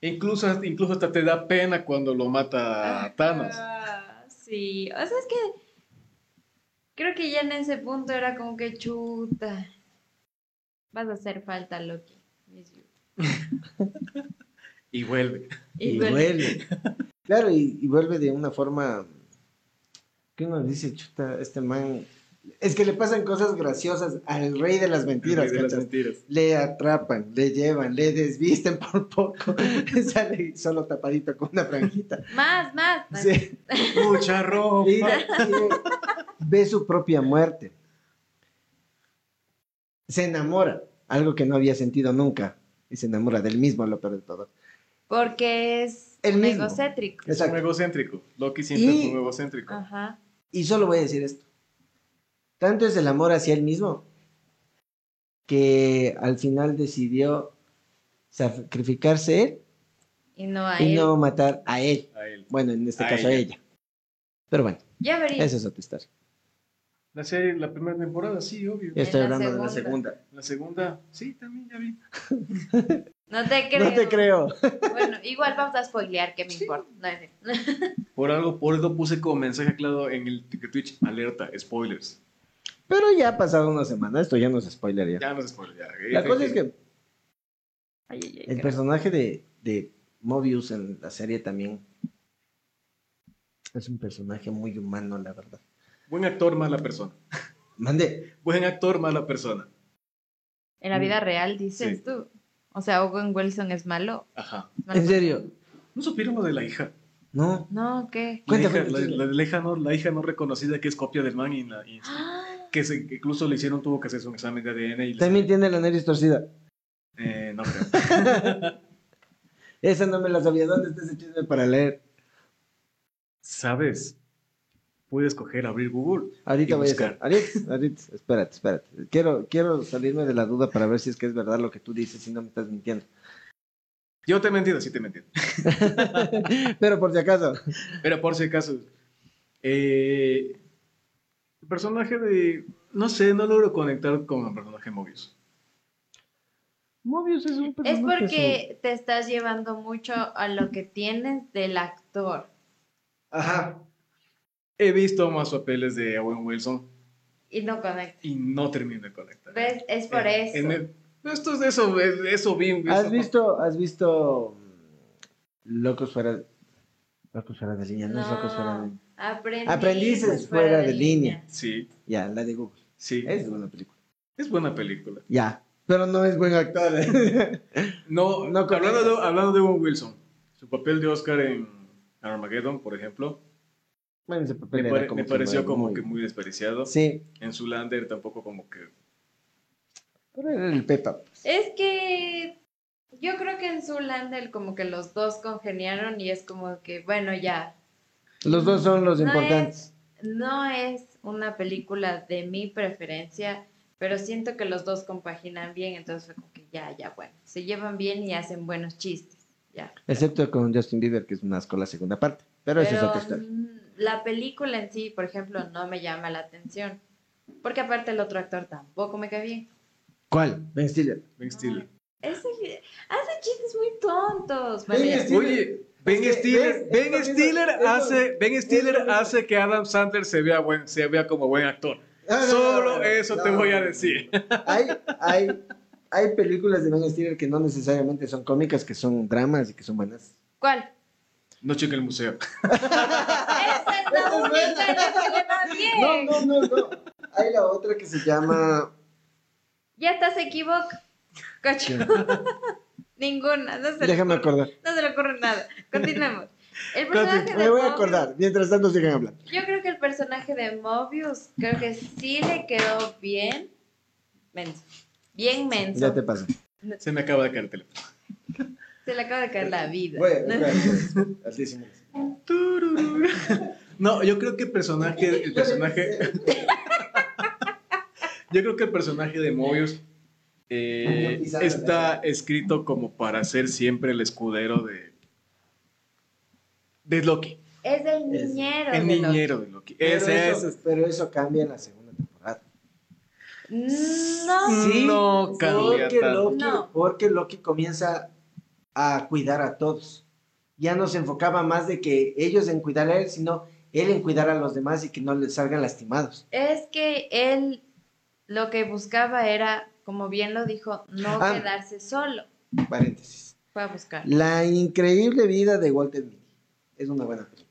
Speaker 6: E Incluso, incluso hasta te da pena cuando lo mata a Thanos.
Speaker 7: Ah, Sí, o sea, es que creo que ya en ese punto era como que chuta. Vas a hacer falta, Loki. Miss you.
Speaker 6: Y vuelve.
Speaker 8: Y
Speaker 7: duele.
Speaker 8: vuelve. Claro, y, y vuelve de una forma que uno dice, chuta, este man. Es que le pasan cosas graciosas al rey de las mentiras,
Speaker 6: El rey de las
Speaker 8: ¿cachas?
Speaker 6: mentiras.
Speaker 8: Le atrapan, le llevan, le desvisten por poco. Sale solo tapadito con una franjita.
Speaker 7: Más, más. más.
Speaker 8: Sí.
Speaker 6: Mucha ropa.
Speaker 8: Y- y ve su propia muerte. Se enamora, algo que no había sentido nunca. Y se enamora del mismo, lo peor de todo.
Speaker 7: Porque es
Speaker 8: El mismo.
Speaker 7: egocéntrico.
Speaker 6: Es
Speaker 8: Exacto.
Speaker 6: un egocéntrico. Loki siempre
Speaker 8: Y-
Speaker 6: es un egocéntrico.
Speaker 7: Ajá.
Speaker 8: Y solo voy a decir esto. Tanto es el amor hacia él mismo que al final decidió sacrificarse él
Speaker 7: Y no a
Speaker 8: y
Speaker 7: él.
Speaker 8: no matar a él.
Speaker 6: A él.
Speaker 8: Bueno, en este
Speaker 6: A
Speaker 8: caso a
Speaker 6: ella.
Speaker 8: ella. Pero bueno,
Speaker 7: Ya vería.
Speaker 8: esa es otra historia.
Speaker 6: La serie, la primera temporada, sí, obvio.
Speaker 8: Yo estoy
Speaker 7: En la
Speaker 8: hablando de la
Speaker 7: segunda.
Speaker 8: segunda.
Speaker 6: La segunda, sí, también ya vi.
Speaker 7: No te creo.
Speaker 8: No te creo.
Speaker 7: Bueno, igual vamos a spoilear, que me importa. No, es cierto.
Speaker 6: Por algo, por eso puse como mensaje claro en el Twitch, alerta, spoilers.
Speaker 8: Pero ya ha pasado una semana, esto ya nos spoilería.
Speaker 6: Ya no es spoiler, ya. eh,
Speaker 8: La cosa es que
Speaker 7: Ay, ay, ay,
Speaker 8: el
Speaker 7: creo.
Speaker 8: personaje de, de Mobius en la serie también es un personaje muy humano, la verdad.
Speaker 6: Buen actor, mala persona.
Speaker 8: Mande.
Speaker 6: Buen actor, mala persona.
Speaker 7: En la
Speaker 8: Mm.
Speaker 7: vida real, dices
Speaker 6: Sí.
Speaker 7: tú. O sea, Owen Wilson es malo.
Speaker 6: Ajá.
Speaker 7: Es malo.
Speaker 8: ¿En serio?
Speaker 6: ¿No supieron lo de la hija?
Speaker 8: No.
Speaker 7: No, ¿qué?
Speaker 6: La
Speaker 8: Cuenta,
Speaker 6: hija,
Speaker 8: cuenta,
Speaker 6: la-
Speaker 8: cuenta.
Speaker 6: la- la hija no, la hija no reconocida que es copia del man y, la- y-
Speaker 7: ¡Ah!
Speaker 6: que se- que incluso le hicieron, tuvo que hacerse un examen de ADN y le-
Speaker 8: También tiene la nariz torcida.
Speaker 6: Eh, no creo.
Speaker 8: Esa no me la sabía. ¿Dónde está ese chisme para leer?
Speaker 6: ¿Sabes? Puedes coger, abrir Google.
Speaker 8: Ahorita
Speaker 6: Y
Speaker 8: voy a
Speaker 6: buscar.
Speaker 8: hacer. Ahorita, ahorita, espérate, espérate. Quiero, quiero salirme de la duda para ver si es que es verdad lo que tú dices, si no me estás mintiendo.
Speaker 6: Yo te he mentido, sí te he mentido.
Speaker 8: Pero por si acaso.
Speaker 6: Pero por si acaso, eh, el personaje de. No sé, no logro conectar con el personaje Mobius.
Speaker 8: Mobius es un
Speaker 7: Es porque te estás llevando mucho a lo que tienes del actor.
Speaker 8: Ajá.
Speaker 6: He visto más papeles de Owen Wilson
Speaker 7: Y no conectas.
Speaker 6: y no termino de conectar.
Speaker 7: ¿Ves? Es por
Speaker 6: En-
Speaker 7: eso.
Speaker 6: Eh, en el- esto es de eso, es de eso bien.
Speaker 8: ¿Has visto, has visto mm, Locos fuera Locos fuera de línea, no, es Locos fuera de
Speaker 7: No,
Speaker 8: línea.
Speaker 7: aprendices,
Speaker 8: Aprendices
Speaker 7: fuera, de, línea.
Speaker 6: Sí,
Speaker 8: Ya, la de Google.
Speaker 6: sí.
Speaker 8: Es buena película.
Speaker 6: Es buena película.
Speaker 8: Ya. Pero no es buen actor.
Speaker 6: No,
Speaker 8: No conectas.
Speaker 6: hablando, de, hablando de Owen Wilson, su papel de Oscar en Armageddon, por ejemplo,
Speaker 8: bueno, ese papel
Speaker 6: me,
Speaker 8: era
Speaker 6: pare-
Speaker 8: como
Speaker 6: me
Speaker 8: que
Speaker 6: pareció
Speaker 8: muy-
Speaker 6: como
Speaker 8: muy-
Speaker 6: que muy despreciado.
Speaker 8: Sí,
Speaker 6: En Zulander tampoco como que...
Speaker 8: pero era el Pepa.
Speaker 7: Es que yo creo que en Zulander como que los dos congeniaron y es como que, bueno, ya,
Speaker 8: Los dos son los
Speaker 7: No es-
Speaker 8: importantes.
Speaker 7: no es una película de mi preferencia, pero siento que los dos compaginan bien, entonces fue como que ya, ya, bueno, se llevan bien y hacen buenos chistes, ya.
Speaker 8: Excepto con Justin Bieber, que es un asco la segunda parte. Pero, esa es
Speaker 7: Pero,
Speaker 8: otra historia.
Speaker 7: mm, la película en sí, por ejemplo, no me llama la atención. Porque aparte el otro actor tampoco me cae bien.
Speaker 8: ¿Cuál? Ben Stiller.
Speaker 6: Ben Stiller.
Speaker 7: Ese- hace chistes muy tontos. Bueno,
Speaker 8: Ben
Speaker 7: ya.
Speaker 8: Stiller.
Speaker 6: Oye, Ben
Speaker 8: Es que,
Speaker 6: Stiller,
Speaker 8: ¿ves?
Speaker 6: Ben
Speaker 8: Es lo mismo,
Speaker 6: Stiller
Speaker 8: es lo-
Speaker 6: hace, Ben
Speaker 8: es lo
Speaker 6: Stiller
Speaker 8: mismo.
Speaker 6: hace que Adam Sandler se vea buen, se vea como buen actor.
Speaker 8: Ah, No, no,
Speaker 6: Solo
Speaker 8: no, no,
Speaker 6: eso
Speaker 8: no,
Speaker 6: te voy a
Speaker 8: no.
Speaker 6: decir.
Speaker 8: Hay, hay, hay películas de Ben Stiller que no necesariamente son cómicas, que son dramas y que son buenas.
Speaker 7: ¿Cuál?
Speaker 6: Noche en el museo.
Speaker 7: Esa es
Speaker 8: Esa
Speaker 7: la
Speaker 8: es
Speaker 7: única
Speaker 8: buena.
Speaker 7: en la que le va bien.
Speaker 8: No, no, no, no. Hay la otra que se llama.
Speaker 7: Ya estás equivoc. Cacho. Ninguna. No se,
Speaker 8: Déjame
Speaker 7: le ocurre,
Speaker 8: acordar.
Speaker 7: no se le ocurre nada. Continuemos. El personaje de
Speaker 8: Me voy a
Speaker 7: Mobius-
Speaker 8: acordar. Mientras tanto, sigan hablando.
Speaker 7: Yo creo que el personaje de Mobius, creo que sí le quedó bien. Menso. Bien menso.
Speaker 8: Ya te paso.
Speaker 6: Se me acaba de caer el teléfono.
Speaker 7: Se le acaba de caer la vida.
Speaker 8: Voy, voy, voy. Altísimo.
Speaker 6: Tururú. No, yo creo que el personaje, el personaje, yo creo que el personaje de Mobius eh, está escrito como para ser siempre el escudero de, de Loki.
Speaker 7: Es el
Speaker 8: Es-
Speaker 7: niñero.
Speaker 6: El
Speaker 7: de Loki.
Speaker 6: niñero de Loki.
Speaker 8: Pero
Speaker 6: Ese
Speaker 8: eso-
Speaker 6: es.
Speaker 8: Pero eso cambia en la segunda temporada.
Speaker 7: No.
Speaker 8: Sí,
Speaker 6: Mm, no cambia
Speaker 8: Porque
Speaker 6: tanto.
Speaker 8: Loki,
Speaker 7: No.
Speaker 8: porque Loki comienza a cuidar a todos. Ya no se enfocaba más de que ellos en cuidar a él, sino él en cuidar a los demás y que no les salgan lastimados.
Speaker 7: Es que él lo que buscaba era, como bien lo dijo, no
Speaker 8: Ah.
Speaker 7: quedarse solo.
Speaker 8: Paréntesis.
Speaker 7: Fue a buscar.
Speaker 8: La increíble vida de Walter Mitty. Es una buena película.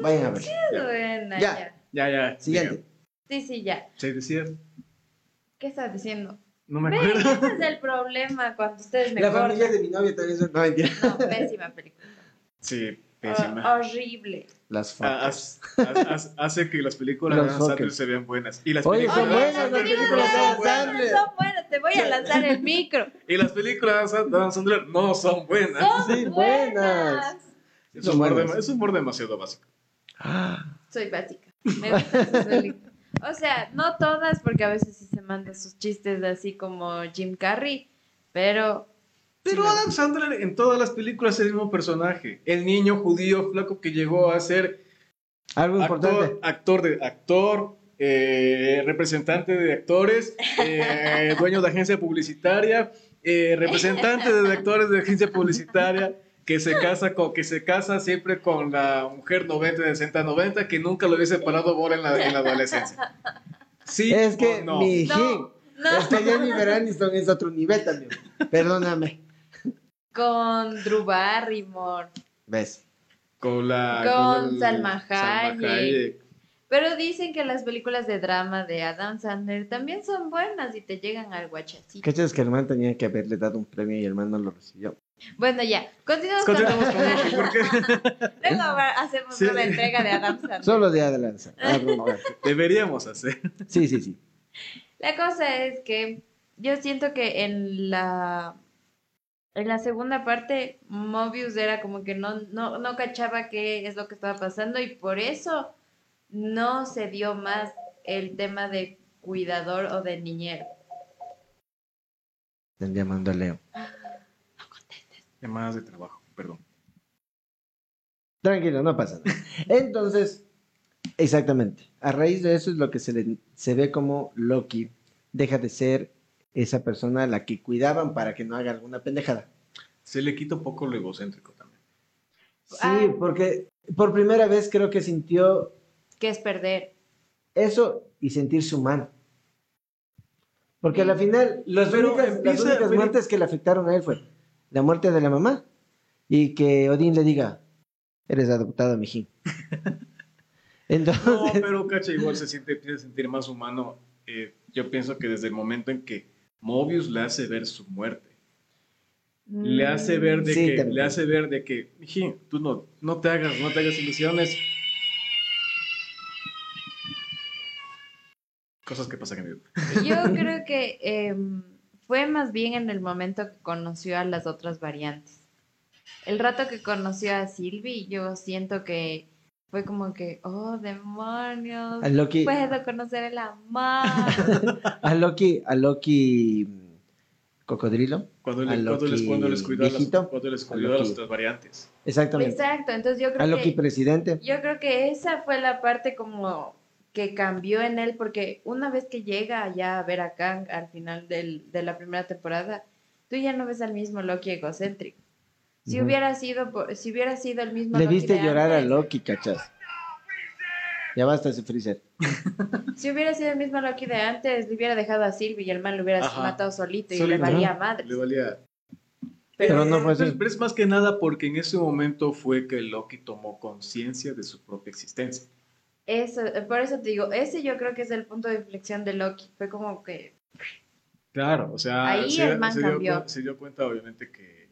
Speaker 8: Vayan a ver.
Speaker 7: Buena,
Speaker 8: Ya.
Speaker 7: ya.
Speaker 6: Ya, ya.
Speaker 8: Siguiente.
Speaker 7: Sí, sí, ya.
Speaker 6: diga. ¿Se decía?
Speaker 7: ¿Qué estás diciendo?
Speaker 6: No me
Speaker 7: Ven,
Speaker 6: acuerdo.
Speaker 7: ese es el problema cuando ustedes me
Speaker 8: La
Speaker 7: cortan.
Speaker 8: familia de mi novia también es... No, mentira.
Speaker 7: No, pésima película.
Speaker 6: Sí,
Speaker 7: Hor-
Speaker 6: pésima.
Speaker 7: horrible.
Speaker 8: Las
Speaker 7: ah,
Speaker 6: Ha-
Speaker 8: fotos.
Speaker 6: haz- haz- haz- Hace que las películas
Speaker 8: Los
Speaker 6: de Adam Sandler
Speaker 8: fuckers.
Speaker 6: se vean buenas. Y las
Speaker 8: Oye,
Speaker 6: películas
Speaker 8: son
Speaker 6: de Adam
Speaker 8: buenas las
Speaker 6: Sandler
Speaker 8: películas de
Speaker 6: no
Speaker 8: Adam
Speaker 6: son buenas.
Speaker 8: Sandler.
Speaker 7: son buenas, te voy a lanzar el micro.
Speaker 6: Y las películas de Adam Sandler no son buenas.
Speaker 7: Son
Speaker 8: Sí, buenas.
Speaker 7: buenas.
Speaker 6: Es
Speaker 8: Son
Speaker 6: un, humor
Speaker 8: buenas.
Speaker 6: dema- es un humor demasiado básico.
Speaker 7: Soy básica. Me gusta su solito. O sea, no todas, porque a veces sí se manda sus chistes de así como Jim Carrey, pero.
Speaker 6: Pero
Speaker 7: Sí,
Speaker 6: Adam Sandler en todas las películas es el mismo personaje. El niño judío flaco que llegó a ser
Speaker 8: Algo
Speaker 6: actor,
Speaker 8: importante.
Speaker 6: actor de actor, eh, representante de actores, eh, dueño de agencia publicitaria, eh, representante de actores de agencia publicitaria, que se casa con, que se casa siempre con la mujer 90 de 60 90 que nunca lo hubiese parado bola en la, en la adolescencia. Sí,
Speaker 8: Es
Speaker 6: o
Speaker 8: que
Speaker 6: no.
Speaker 8: mi hijín,
Speaker 7: No, no.
Speaker 8: Es que Jennifer Aniston es otro nivel también. Perdóname.
Speaker 7: Con Drew Barrymore.
Speaker 8: ¿Ves?
Speaker 6: con la
Speaker 7: Con
Speaker 6: la-
Speaker 7: Salma Hayek. Pero dicen que las películas de drama de Adam Sandler también son buenas y te llegan al guachacito.
Speaker 8: ¿Cachas que el man tenía que haberle dado un premio y el man no lo recibió?
Speaker 7: Bueno, ya, continuamos con
Speaker 6: Continuamos con Loki, porque
Speaker 7: Luego va- hacemos
Speaker 6: Sí.
Speaker 7: una entrega de Adam Sandler.
Speaker 8: Solo de adelanza. Ah, no, no.
Speaker 6: deberíamos hacer.
Speaker 8: Sí, sí, sí.
Speaker 7: La cosa es que yo siento que en la en la segunda parte Mobius era como que no, no, no cachaba qué es lo que estaba pasando y por eso no se dio más el tema de cuidador o de niñero.
Speaker 8: Están llamando a Leo.
Speaker 6: Llamadas de trabajo, perdón.
Speaker 8: Tranquilo, no pasa nada. Entonces, exactamente. A raíz de eso es lo que se, le- se ve como Loki deja de ser esa persona a la que cuidaban para que no haga alguna pendejada.
Speaker 6: Se le quita un poco lo egocéntrico también.
Speaker 8: Sí, porque por primera vez creo que sintió
Speaker 7: ¿Qué es perder?
Speaker 8: eso y sentirse humano. Porque a la final, las
Speaker 6: Pero
Speaker 8: únicas, las
Speaker 6: empieza-
Speaker 8: únicas
Speaker 6: pero-
Speaker 8: muertes que le afectaron a él fue la muerte de la mamá y que Odín le diga, eres adoptado, mijín. Entonces,
Speaker 6: No, pero cacha, igual se siente, empieza a sentir más humano. eh, yo pienso que desde el momento en que Mobius le hace ver su muerte, le hace
Speaker 7: Mm.
Speaker 6: ver de
Speaker 8: Sí,
Speaker 6: que,
Speaker 8: también.
Speaker 6: le hace ver de que, "Mijín, tú no, no te hagas, no te hagas ilusiones. Cosas que pasan en mi vida.
Speaker 7: Yo creo que em, fue más bien en el momento que conoció a las otras variantes. El rato que conoció a Sylvie, yo siento que fue como que, oh, demonios,
Speaker 8: a Loki,
Speaker 7: puedo conocer el amor.
Speaker 8: a Loki, a Loki mm, cocodrilo,
Speaker 6: Cuando,
Speaker 8: A
Speaker 6: le-
Speaker 8: lo
Speaker 6: cuando les,
Speaker 8: que
Speaker 6: cuando les cuidó a las,
Speaker 8: viejito,
Speaker 6: cuando les
Speaker 8: a
Speaker 6: cuidó
Speaker 8: lo
Speaker 6: a las
Speaker 8: que-
Speaker 6: otras variantes.
Speaker 8: exactamente,
Speaker 7: Exacto, entonces yo
Speaker 8: a
Speaker 7: creo
Speaker 8: Loki
Speaker 7: que
Speaker 8: presidente,
Speaker 7: yo creo que esa fue la parte como que cambió en él, porque una vez que llega ya a ver a Kang al final del- de la primera temporada, tú ya no ves al mismo Loki egocéntrico. Si
Speaker 8: Ujú.
Speaker 7: hubiera sido por- si hubiera sido el mismo
Speaker 8: Le
Speaker 7: Loki
Speaker 8: viste
Speaker 7: de
Speaker 8: llorar a
Speaker 7: antes,
Speaker 8: Loki, cachas. Ya basta ese freezer.
Speaker 7: Si hubiera sido el mismo Loki de antes, le hubiera dejado a Sylvie y el man lo hubiera
Speaker 6: Ajá.
Speaker 7: matado solito y
Speaker 6: Solito.
Speaker 7: le valía madre.
Speaker 6: Le valía.
Speaker 8: Pero no
Speaker 6: Eh,
Speaker 8: fue así.
Speaker 6: Pero, pero es más que nada porque en ese momento fue que Loki tomó conciencia de su propia existencia.
Speaker 7: Eso, por eso te digo, ese yo creo que es el punto de inflexión de Loki. Fue como que
Speaker 6: Claro, o sea,
Speaker 7: Ahí
Speaker 6: se,
Speaker 7: el man
Speaker 6: se dio,
Speaker 7: cambió.
Speaker 6: cuen- se dio cuenta obviamente que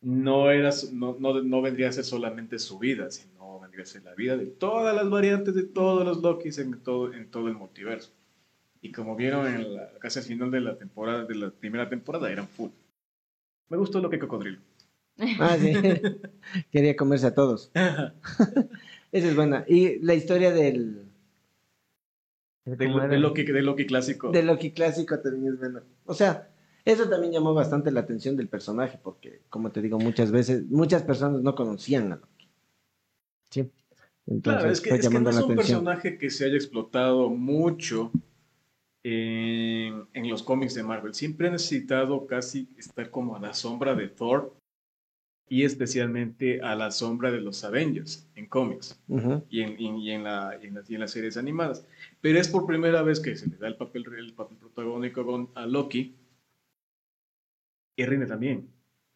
Speaker 6: no, era, su- no, no, no vendría a ser solamente su vida, sino vendría a ser la vida de todas las variantes de todos los Lokis en todo, en todo el multiverso. Y como vieron en la, casi al final de la temporada, de la primera temporada, eran full. Me gustó lo que cocodrilo.
Speaker 8: Ah, sí. Quería comerse a todos.
Speaker 6: Del-
Speaker 8: Esa es buena. Y la historia del. ¿cómo era?
Speaker 6: del Loki, del Loki clásico.
Speaker 8: de Loki clásico también es bueno. O sea, eso también llamó bastante la atención del personaje, porque, como te digo, muchas veces, muchas personas no conocían a Loki. Sí. Entonces
Speaker 6: Claro, es que,
Speaker 8: fue
Speaker 6: es que no
Speaker 8: llamando
Speaker 6: es
Speaker 8: la
Speaker 6: un
Speaker 8: atención.
Speaker 6: personaje que se haya explotado mucho en, en los cómics de Marvel. Siempre ha necesitado casi estar como a la sombra de Thor y especialmente a la sombra de los Avengers en cómics
Speaker 8: Ujú.
Speaker 6: y en, y- y en la- y en las, y en las series animadas. Pero es por primera vez que se le da el papel, re- el papel protagónico con- a Loki y rinde también.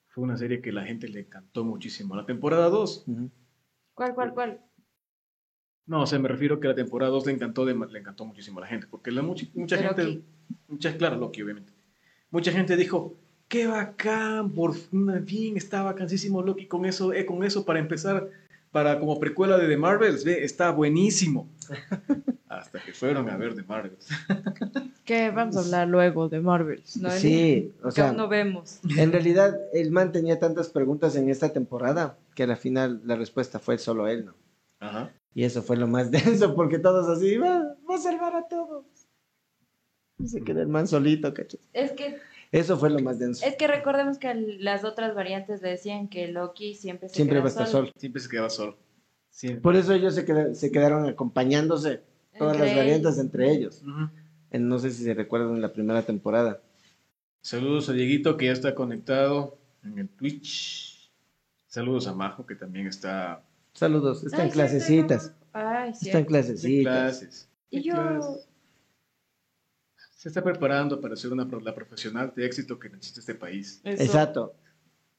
Speaker 6: Fue una serie que la gente le encantó muchísimo. La temporada 2
Speaker 8: Ujú.
Speaker 7: ¿cuál, cuál, cuál?
Speaker 6: no, o sea, me refiero que la temporada 2 le encantó, de- le encantó muchísimo a la gente, porque la mucha, mucha
Speaker 7: Pero
Speaker 6: gente,
Speaker 7: aquí-
Speaker 6: mucha, claro, Loki, obviamente. Mucha gente dijo, qué bacán, por fin estaba cansísimo Loki con eso, eh, con eso para empezar, para como precuela de The Marvels, ve, está buenísimo. Hasta que fueron a ver The Marvels.
Speaker 7: Que vamos a hablar luego de Marvel. ¿no?
Speaker 8: Sí, o
Speaker 7: Que
Speaker 8: sea,
Speaker 7: aún no vemos.
Speaker 8: en realidad el man tenía tantas preguntas en esta temporada que al final la respuesta fue solo él, ¿no?
Speaker 6: Ajá.
Speaker 8: Y eso fue lo más denso, porque todos así, va, va a salvar a todos. Y se queda el man solito, cachas.
Speaker 7: Es que,
Speaker 8: Eso fue lo más denso.
Speaker 7: es que recordemos que las otras variantes decían que Loki siempre se
Speaker 8: Siempre
Speaker 7: queda
Speaker 8: va a estar
Speaker 7: solo.
Speaker 8: solo.
Speaker 6: Siempre se quedaba solo. Siempre.
Speaker 8: Por eso ellos se, queda- se quedaron acompañándose, todas
Speaker 7: Entre
Speaker 8: las
Speaker 7: ellos.
Speaker 8: variantes entre ellos.
Speaker 6: Pues, Ujú.
Speaker 8: En- no sé si se recuerdan en la primera temporada.
Speaker 6: Saludos a Dieguito que ya está conectado en el Twitch. Saludos a Majo que también está
Speaker 8: Saludos, están
Speaker 7: Ay, sí,
Speaker 8: clasecitas.
Speaker 7: estoy como- Ay, sí.
Speaker 8: están
Speaker 6: de
Speaker 8: clasecitas.
Speaker 6: clases.
Speaker 7: Y
Speaker 6: de
Speaker 7: yo,
Speaker 6: clases. Se está preparando para ser una, pro- la profesional de éxito que necesita este país.
Speaker 7: eso.
Speaker 8: Exacto.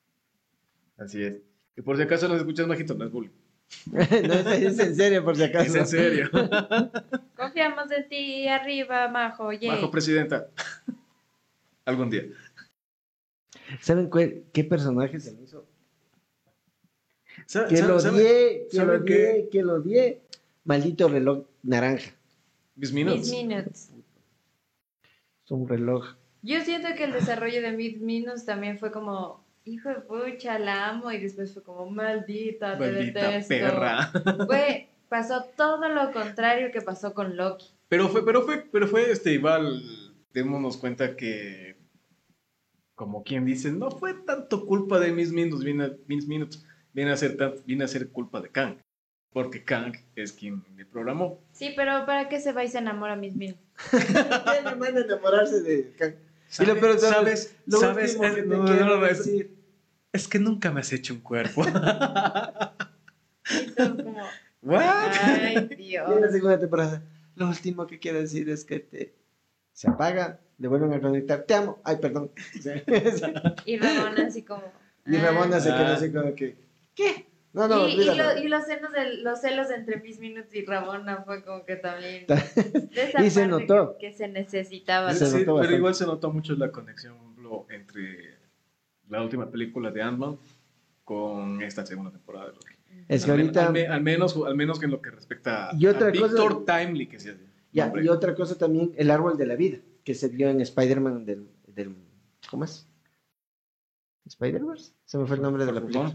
Speaker 6: Así es. Y por si acaso nos escuchas, Majito, no es bullying.
Speaker 8: no, es, es en serio, por si acaso.
Speaker 6: Es en serio.
Speaker 7: Confiamos en ti, arriba, Majo, yay.
Speaker 6: Bajo presidenta. Algún día.
Speaker 8: ¿Saben cuál- qué personaje se me hizo?
Speaker 6: Sa-
Speaker 8: Que
Speaker 6: sa-
Speaker 8: lo
Speaker 6: sabe-
Speaker 8: odié, que lo
Speaker 6: saben qué?
Speaker 8: odié, que lo odié. Maldito reloj naranja.
Speaker 6: Mis
Speaker 7: Mid
Speaker 6: Minutes.
Speaker 7: Minutes.
Speaker 8: Es un reloj.
Speaker 7: Yo siento que el desarrollo de Mid Minutes también fue como, hijo de pucha, la amo, y después fue como, maldita, te
Speaker 6: Maldita
Speaker 7: detesto.
Speaker 6: perra.
Speaker 7: Fue, pasó todo lo contrario que pasó con Loki.
Speaker 6: Pero fue, pero fue, pero fue este igual. Démonos cuenta que. Como quien dice, no fue tanto culpa de Mis Minutes, viene, a- Mis Minutes, viene a ser tan- viene a ser culpa de Kang. Porque Kang es quien le programó.
Speaker 7: Sí, pero ¿para qué se va y se enamora Mid Minutes?
Speaker 8: Ya me manda a enamorarse de Kang. Y
Speaker 6: ¿Sabes?
Speaker 8: lo peor,
Speaker 6: ¿Sabes?
Speaker 8: Lo
Speaker 6: ¿Sabes?
Speaker 8: último que
Speaker 6: Es,
Speaker 8: te
Speaker 6: no, no,
Speaker 8: quiero
Speaker 6: no, no, es-
Speaker 8: decir.
Speaker 6: es que nunca me has hecho un cuerpo.
Speaker 7: Y todo como,
Speaker 6: ¿What?
Speaker 7: ay,
Speaker 8: Y en la
Speaker 7: Dios.
Speaker 8: segunda temporada, lo último que quiero decir es que te se apaga, le vuelven a conectar, te amo, ay, perdón.
Speaker 7: Y Ramona así como...
Speaker 8: y Ramona se quedó
Speaker 6: Ah.
Speaker 8: así como que, ¿qué? No,
Speaker 7: ah.
Speaker 8: no,
Speaker 7: y, y lo-
Speaker 8: olvídalo.
Speaker 7: y los, celos de, los celos entre Miss Minutes y Ramona fue como que también...
Speaker 8: Ta-
Speaker 7: de esa
Speaker 8: y
Speaker 7: parte
Speaker 8: se notó.
Speaker 7: Que, que se necesitaba.
Speaker 8: Se
Speaker 6: Sí,
Speaker 8: notó
Speaker 6: pero
Speaker 8: bastante.
Speaker 6: igual se notó mucho la conexión por ejemplo, entre la última película de Ant-Man con esta segunda temporada. de Loki.
Speaker 8: Es que
Speaker 6: al, men-
Speaker 8: ahorita,
Speaker 6: al, me- al menos, al menos que en lo que respecta
Speaker 8: Y otra
Speaker 6: a
Speaker 8: cosa-
Speaker 6: Victor Timely, que se
Speaker 8: ya, y otra cosa también, el árbol de la vida, que se vio en Spider-Man del, del, ¿cómo es? ¿Spider-Verse? Se me fue el nombre de la película.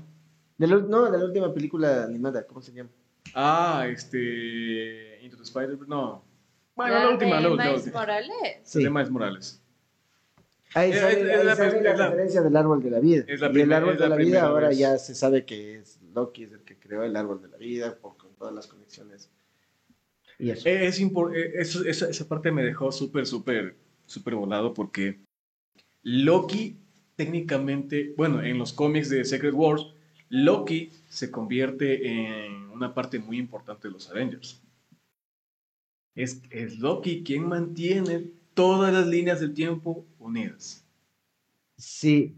Speaker 8: De la ul- no, de la última película animada, ¿cómo se llama?
Speaker 6: Ah, este. Into the Spider-Man. No. Bueno,
Speaker 7: La
Speaker 6: la,
Speaker 7: de
Speaker 6: última, la última. la
Speaker 7: Miles
Speaker 6: última.
Speaker 7: Morales.
Speaker 6: El de Miles Morales.
Speaker 8: Ahí
Speaker 6: Eh,
Speaker 8: sale,
Speaker 6: es- es
Speaker 8: ahí
Speaker 6: la-
Speaker 8: sale
Speaker 6: es
Speaker 8: la,
Speaker 6: la-
Speaker 8: referencia del árbol de la vida.
Speaker 6: es la
Speaker 8: y el
Speaker 6: primer-
Speaker 8: árbol
Speaker 6: es
Speaker 8: de
Speaker 6: la
Speaker 8: la vida
Speaker 6: primera
Speaker 8: ahora
Speaker 6: vez.
Speaker 8: ya se sabe que es Loki es el que creó el árbol de la vida por, con todas las conexiones. Y eso.
Speaker 6: Eh, Es impor- eh, eso- esa, esa parte me dejó súper, súper, súper volado porque Loki técnicamente, bueno, en los cómics de Secret Wars, Loki se convierte en una parte muy importante de los Avengers. Es, es Loki quien mantiene todas las líneas del tiempo unidas.
Speaker 8: Sí,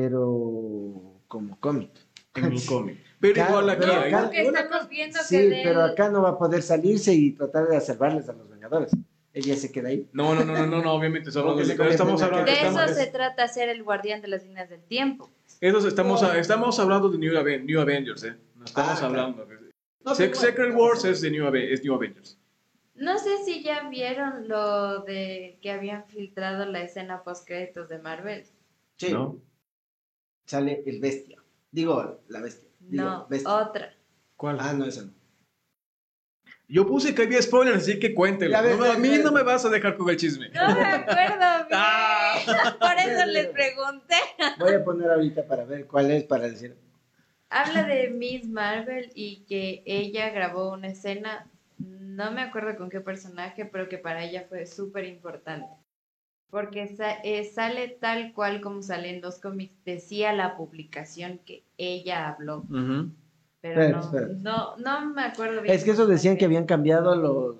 Speaker 8: pero como cómic.
Speaker 6: En el cómic. Pero
Speaker 8: Claro,
Speaker 6: igual aquí
Speaker 8: pero
Speaker 6: hay
Speaker 8: acá-
Speaker 7: Porque estamos viendo que
Speaker 8: Ah, Sí,
Speaker 7: de
Speaker 8: pero
Speaker 7: él-
Speaker 8: acá no va a poder salirse y tratar de salvarles a los Vengadores. Ella se queda ahí.
Speaker 6: No, no, no, no, no, no, obviamente estamos
Speaker 8: Porque
Speaker 6: hablando de-
Speaker 8: se
Speaker 6: no estamos
Speaker 8: convierte en
Speaker 6: hablando
Speaker 7: de
Speaker 6: estamos,
Speaker 7: eso se trata ser el guardián de las líneas del tiempo.
Speaker 6: esos estamos, estamos hablando de New, Aven- New Avengers, ¿eh? No estamos
Speaker 8: Ah,
Speaker 6: hablando. de-
Speaker 8: No,
Speaker 6: Sec-
Speaker 8: pero bueno,
Speaker 6: Secret
Speaker 8: vamos a
Speaker 6: Wars
Speaker 8: ver.
Speaker 6: es de New, Ave- es New Avengers.
Speaker 7: No sé si ya vieron lo de que habían filtrado la escena post créditos de Marvel.
Speaker 8: Sí,
Speaker 6: ¿no?
Speaker 8: sale el bestia. Digo, la bestia. Digo,
Speaker 7: No,
Speaker 8: bestia.
Speaker 7: otra.
Speaker 6: ¿Cuál?
Speaker 8: Ah, no, esa no.
Speaker 6: Yo puse que había spoilers, así que cuéntelo.
Speaker 8: Ya ves,
Speaker 6: No,
Speaker 8: ya
Speaker 6: a mí
Speaker 8: ves.
Speaker 6: no me vas a dejar con el chisme.
Speaker 7: No me acuerdo bien.
Speaker 6: Ah.
Speaker 7: Por eso les pregunté.
Speaker 8: Voy a poner ahorita para ver cuál es, para decir.
Speaker 7: Habla de Miss Marvel y que ella grabó una escena, no me acuerdo con qué personaje, pero que para ella fue súper importante. Porque sa- eh, sale tal cual como sale en los cómics, decía la publicación que ella habló,
Speaker 6: Ujú.
Speaker 7: pero
Speaker 8: Espera,
Speaker 7: no,
Speaker 8: espera.
Speaker 7: no, no me acuerdo bien.
Speaker 8: Es que eso decían que habían cambiado los.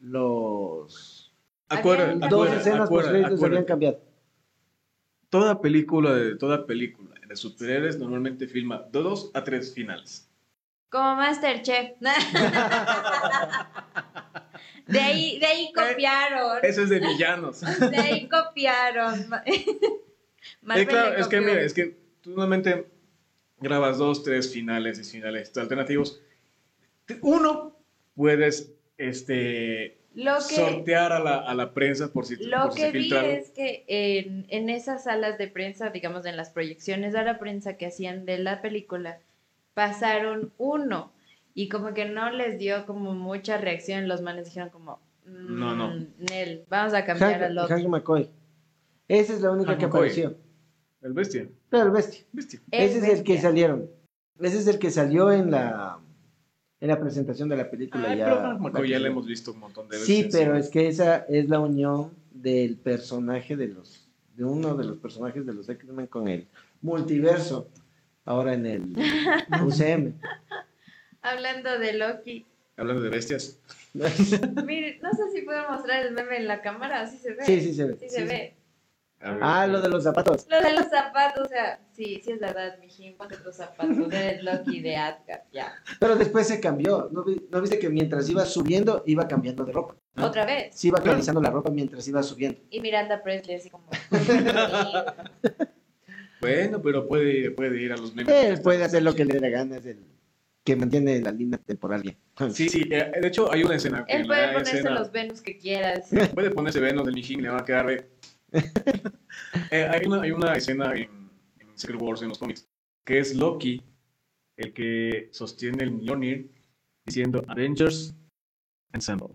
Speaker 8: los
Speaker 6: Acuérdate,
Speaker 7: Había-
Speaker 8: dos
Speaker 6: acuérdate,
Speaker 8: escenas post
Speaker 6: acuérdate,
Speaker 8: créditos habían
Speaker 6: acuérdate.
Speaker 8: cambiado.
Speaker 6: Toda película de toda película de superhéroes normalmente filma de dos a tres finales.
Speaker 7: Como Masterchef. de ahí, de ahí copiaron.
Speaker 6: Eso es de villanos.
Speaker 7: De ahí copiaron. Marvel
Speaker 6: Eh, claro,
Speaker 7: le
Speaker 6: es que
Speaker 7: copió.
Speaker 6: mira, es que tú normalmente grabas dos, tres finales y finales alternativos. Te- Uno, puedes este,
Speaker 7: Lo que,
Speaker 6: sortear a la, a la prensa por si,
Speaker 7: Lo
Speaker 6: por si
Speaker 7: que
Speaker 6: se
Speaker 7: vi
Speaker 6: filtraron.
Speaker 7: es que en, en esas salas de prensa, digamos en las proyecciones a la prensa que hacían de la película, pasaron uno y como que no les dio como mucha reacción, los manes dijeron como, "Mm,
Speaker 6: No, no.
Speaker 7: Nel, vamos a cambiar al
Speaker 8: Hank,
Speaker 7: otro.
Speaker 8: Hank McCoy. Esa es la única
Speaker 6: Hank
Speaker 8: que
Speaker 6: McCoy.
Speaker 8: apareció.
Speaker 6: El bestia,
Speaker 8: Pero el bestia.
Speaker 6: bestia.
Speaker 7: El
Speaker 8: Ese es el que
Speaker 7: bestia.
Speaker 8: salieron. Ese es el que salió en la en la presentación de la película.
Speaker 6: Ay,
Speaker 8: ya,
Speaker 6: pero Frank McCoy ya le hemos visto un montón de veces.
Speaker 8: Sí, pero
Speaker 6: en-
Speaker 8: es que esa es la unión del personaje de los de uno de los personajes de los X-Men con el multiverso ahora en el UCM.
Speaker 7: Hablando de Loki,
Speaker 6: Hablando de bestias.
Speaker 8: sí,
Speaker 7: mire, no sé si puedo mostrar el meme en la cámara, así se ve.
Speaker 8: sí se ve.
Speaker 7: Sí se ve.
Speaker 6: A ver.
Speaker 8: Ah, lo de los zapatos.
Speaker 7: Lo de los zapatos, o sea, sí, sí es verdad, mijín, ponte los zapatos, eres Loki de Asgard, ya.
Speaker 8: Pero después se cambió. ¿No, vi- no viste que mientras iba subiendo iba cambiando de ropa?
Speaker 7: Otra vez.
Speaker 8: Se iba actualizando la ropa mientras iba subiendo.
Speaker 7: Y Miranda Presley así como... "Pues,
Speaker 6: Bueno, pero puede ir, puede ir a los memes.
Speaker 8: Él puede hacer lo que le dé la gana, es el que mantiene la línea temporal bien.
Speaker 6: Sí, sí, eh, de hecho hay una escena. que
Speaker 7: Él
Speaker 6: la
Speaker 7: puede ponerse
Speaker 6: escena-
Speaker 7: los Venus que quiera. así.
Speaker 6: Puede ponerse Venom del Mijín, le va a quedar de. Eh, hay, una, hay una escena en, en Secret Wars en los cómics que es Loki el que sostiene el Mjolnir diciendo Avengers Ensemble.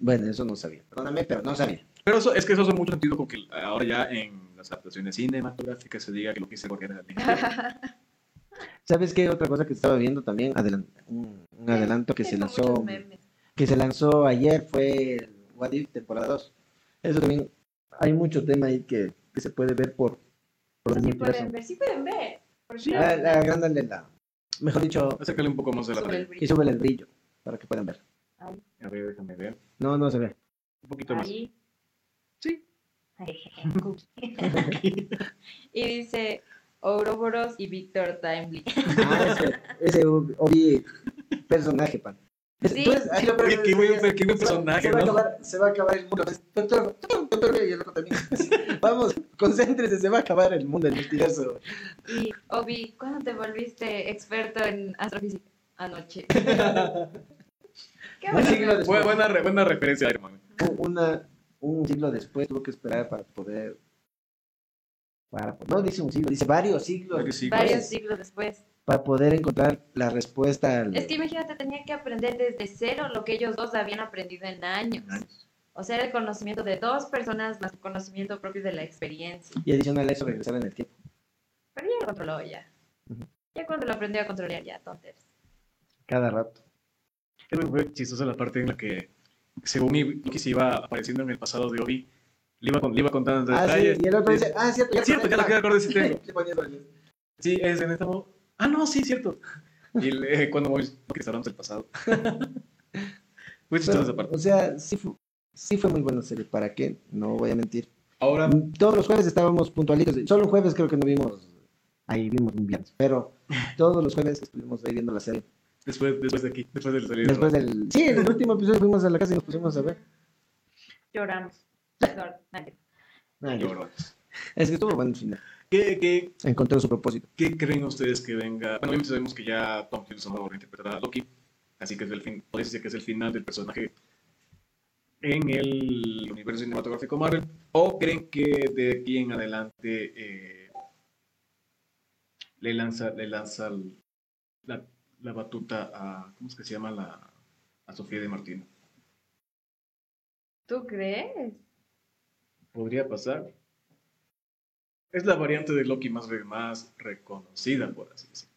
Speaker 8: Bueno, eso no sabía. Perdóname, pero no sabía.
Speaker 6: Pero eso, es que eso hace mucho sentido porque ahora ya en las adaptaciones cinematográficas se diga que Loki se guardián del Mjolnir.
Speaker 8: ¿Sabes qué? Otra cosa que estaba viendo también, adelan- un, un adelanto que se
Speaker 7: Tengo
Speaker 8: lanzó
Speaker 7: muchos memes.
Speaker 8: que se lanzó ayer fue el What If temporada 2. Eso también hay mucho tema ahí que, que se puede ver por, por el
Speaker 7: Sí
Speaker 8: multiverso.
Speaker 7: pueden ver, sí pueden ver. Por
Speaker 6: Sí.
Speaker 8: Ah,
Speaker 7: favor.
Speaker 8: la- agrándale la, mejor dicho,
Speaker 6: Acércale un poco más de la
Speaker 7: Sube el
Speaker 6: pantalla.
Speaker 8: y
Speaker 7: brillo.
Speaker 8: súbele el brillo para que puedan ver.
Speaker 6: A ver, déjame ver.
Speaker 8: No, no se ve.
Speaker 6: Un poquito más.
Speaker 7: Ahí.
Speaker 6: Sí.
Speaker 7: y dice Ouroboros y Víctor Timely.
Speaker 8: Ah, ese, ese ob- obi- personaje, pan. Es-
Speaker 7: Sí.
Speaker 8: tú ves, ahí lo
Speaker 6: Oye,
Speaker 8: pones,
Speaker 6: qué buen,
Speaker 8: se-
Speaker 6: qué buen
Speaker 8: se va- se
Speaker 6: personaje,
Speaker 8: va, a
Speaker 6: ¿no?
Speaker 8: acabar, se va a acabar el mundo. Es- doctor, doctor, y el otro también. Vamos, concéntrese, se va a acabar el mundo, el multiverso.
Speaker 7: Y Obi, ¿cuándo te volviste experto en astrofísica? Anoche. Qué
Speaker 8: Un
Speaker 7: bueno.
Speaker 8: siglo después.
Speaker 6: Bu- Buena, re- buena referencia, hermano.
Speaker 8: un- una, un siglo después tuvo que esperar para poder. Para, no dice un siglo, dice varios siglos
Speaker 6: Varios siglos.
Speaker 7: Varios siglos después.
Speaker 8: para poder encontrar la respuesta al.
Speaker 7: Es que imagínate, tenía que aprender desde cero lo que ellos dos habían aprendido en años. O sea, era el conocimiento de dos personas más el conocimiento propio de la experiencia.
Speaker 8: Y adicional a eso, regresar en el tiempo.
Speaker 7: Pero ya lo controló ya.
Speaker 8: Ujú.
Speaker 7: Ya cuando lo aprendió a controlar, ya, tonteras.
Speaker 8: Cada rato.
Speaker 6: Era muy chistosa la parte en la que, según Ib- Loki se iba apareciendo en el pasado de Obi, Le iba, con- le iba contando
Speaker 8: Ah, sí,
Speaker 6: detalles.
Speaker 8: y el otro dice, ah, cierto, ya
Speaker 6: Cierto, ya
Speaker 8: conecta.
Speaker 6: lo que me acuerdo de ese tema.
Speaker 8: Sí, ponía eso, sí.
Speaker 6: Sí, es en esta mo- Ah, no, sí, cierto. Y le- cuando voy, restauramos el pasado. Muy chistoso esa parte.
Speaker 8: O sea, sí fue, sí fue muy buena serie, ¿para qué? No voy a mentir.
Speaker 6: Ahora,
Speaker 8: Todos los jueves estábamos puntualitos, solo un jueves creo que no vimos, ahí vimos un viernes, pero todos los jueves estuvimos ahí viendo la serie.
Speaker 6: después, después de aquí, después de la salida.
Speaker 8: Después del, sí, en el último episodio fuimos a la casa y nos pusimos a ver.
Speaker 7: Lloramos. Perdón, nadie.
Speaker 8: Ay,
Speaker 6: Lloro.
Speaker 8: Es que estuvo bueno al final,
Speaker 6: ¿Qué, qué,
Speaker 8: encontró su propósito.
Speaker 6: ¿Qué creen ustedes que venga? Bueno, obviamente sabemos que ya Tom Hiddleston va a reinterpretar a Loki, así que es el fin, podría decirse que es el final del personaje en el universo cinematográfico Marvel. ¿O creen que de aquí en adelante eh, le lanza, le lanza el- la, la batuta a, ¿cómo es que se llama? La, a Sofía de Martino.
Speaker 7: ¿Tú crees?
Speaker 6: Podría pasar. Es la variante de Loki más, re- más reconocida, por así decirlo.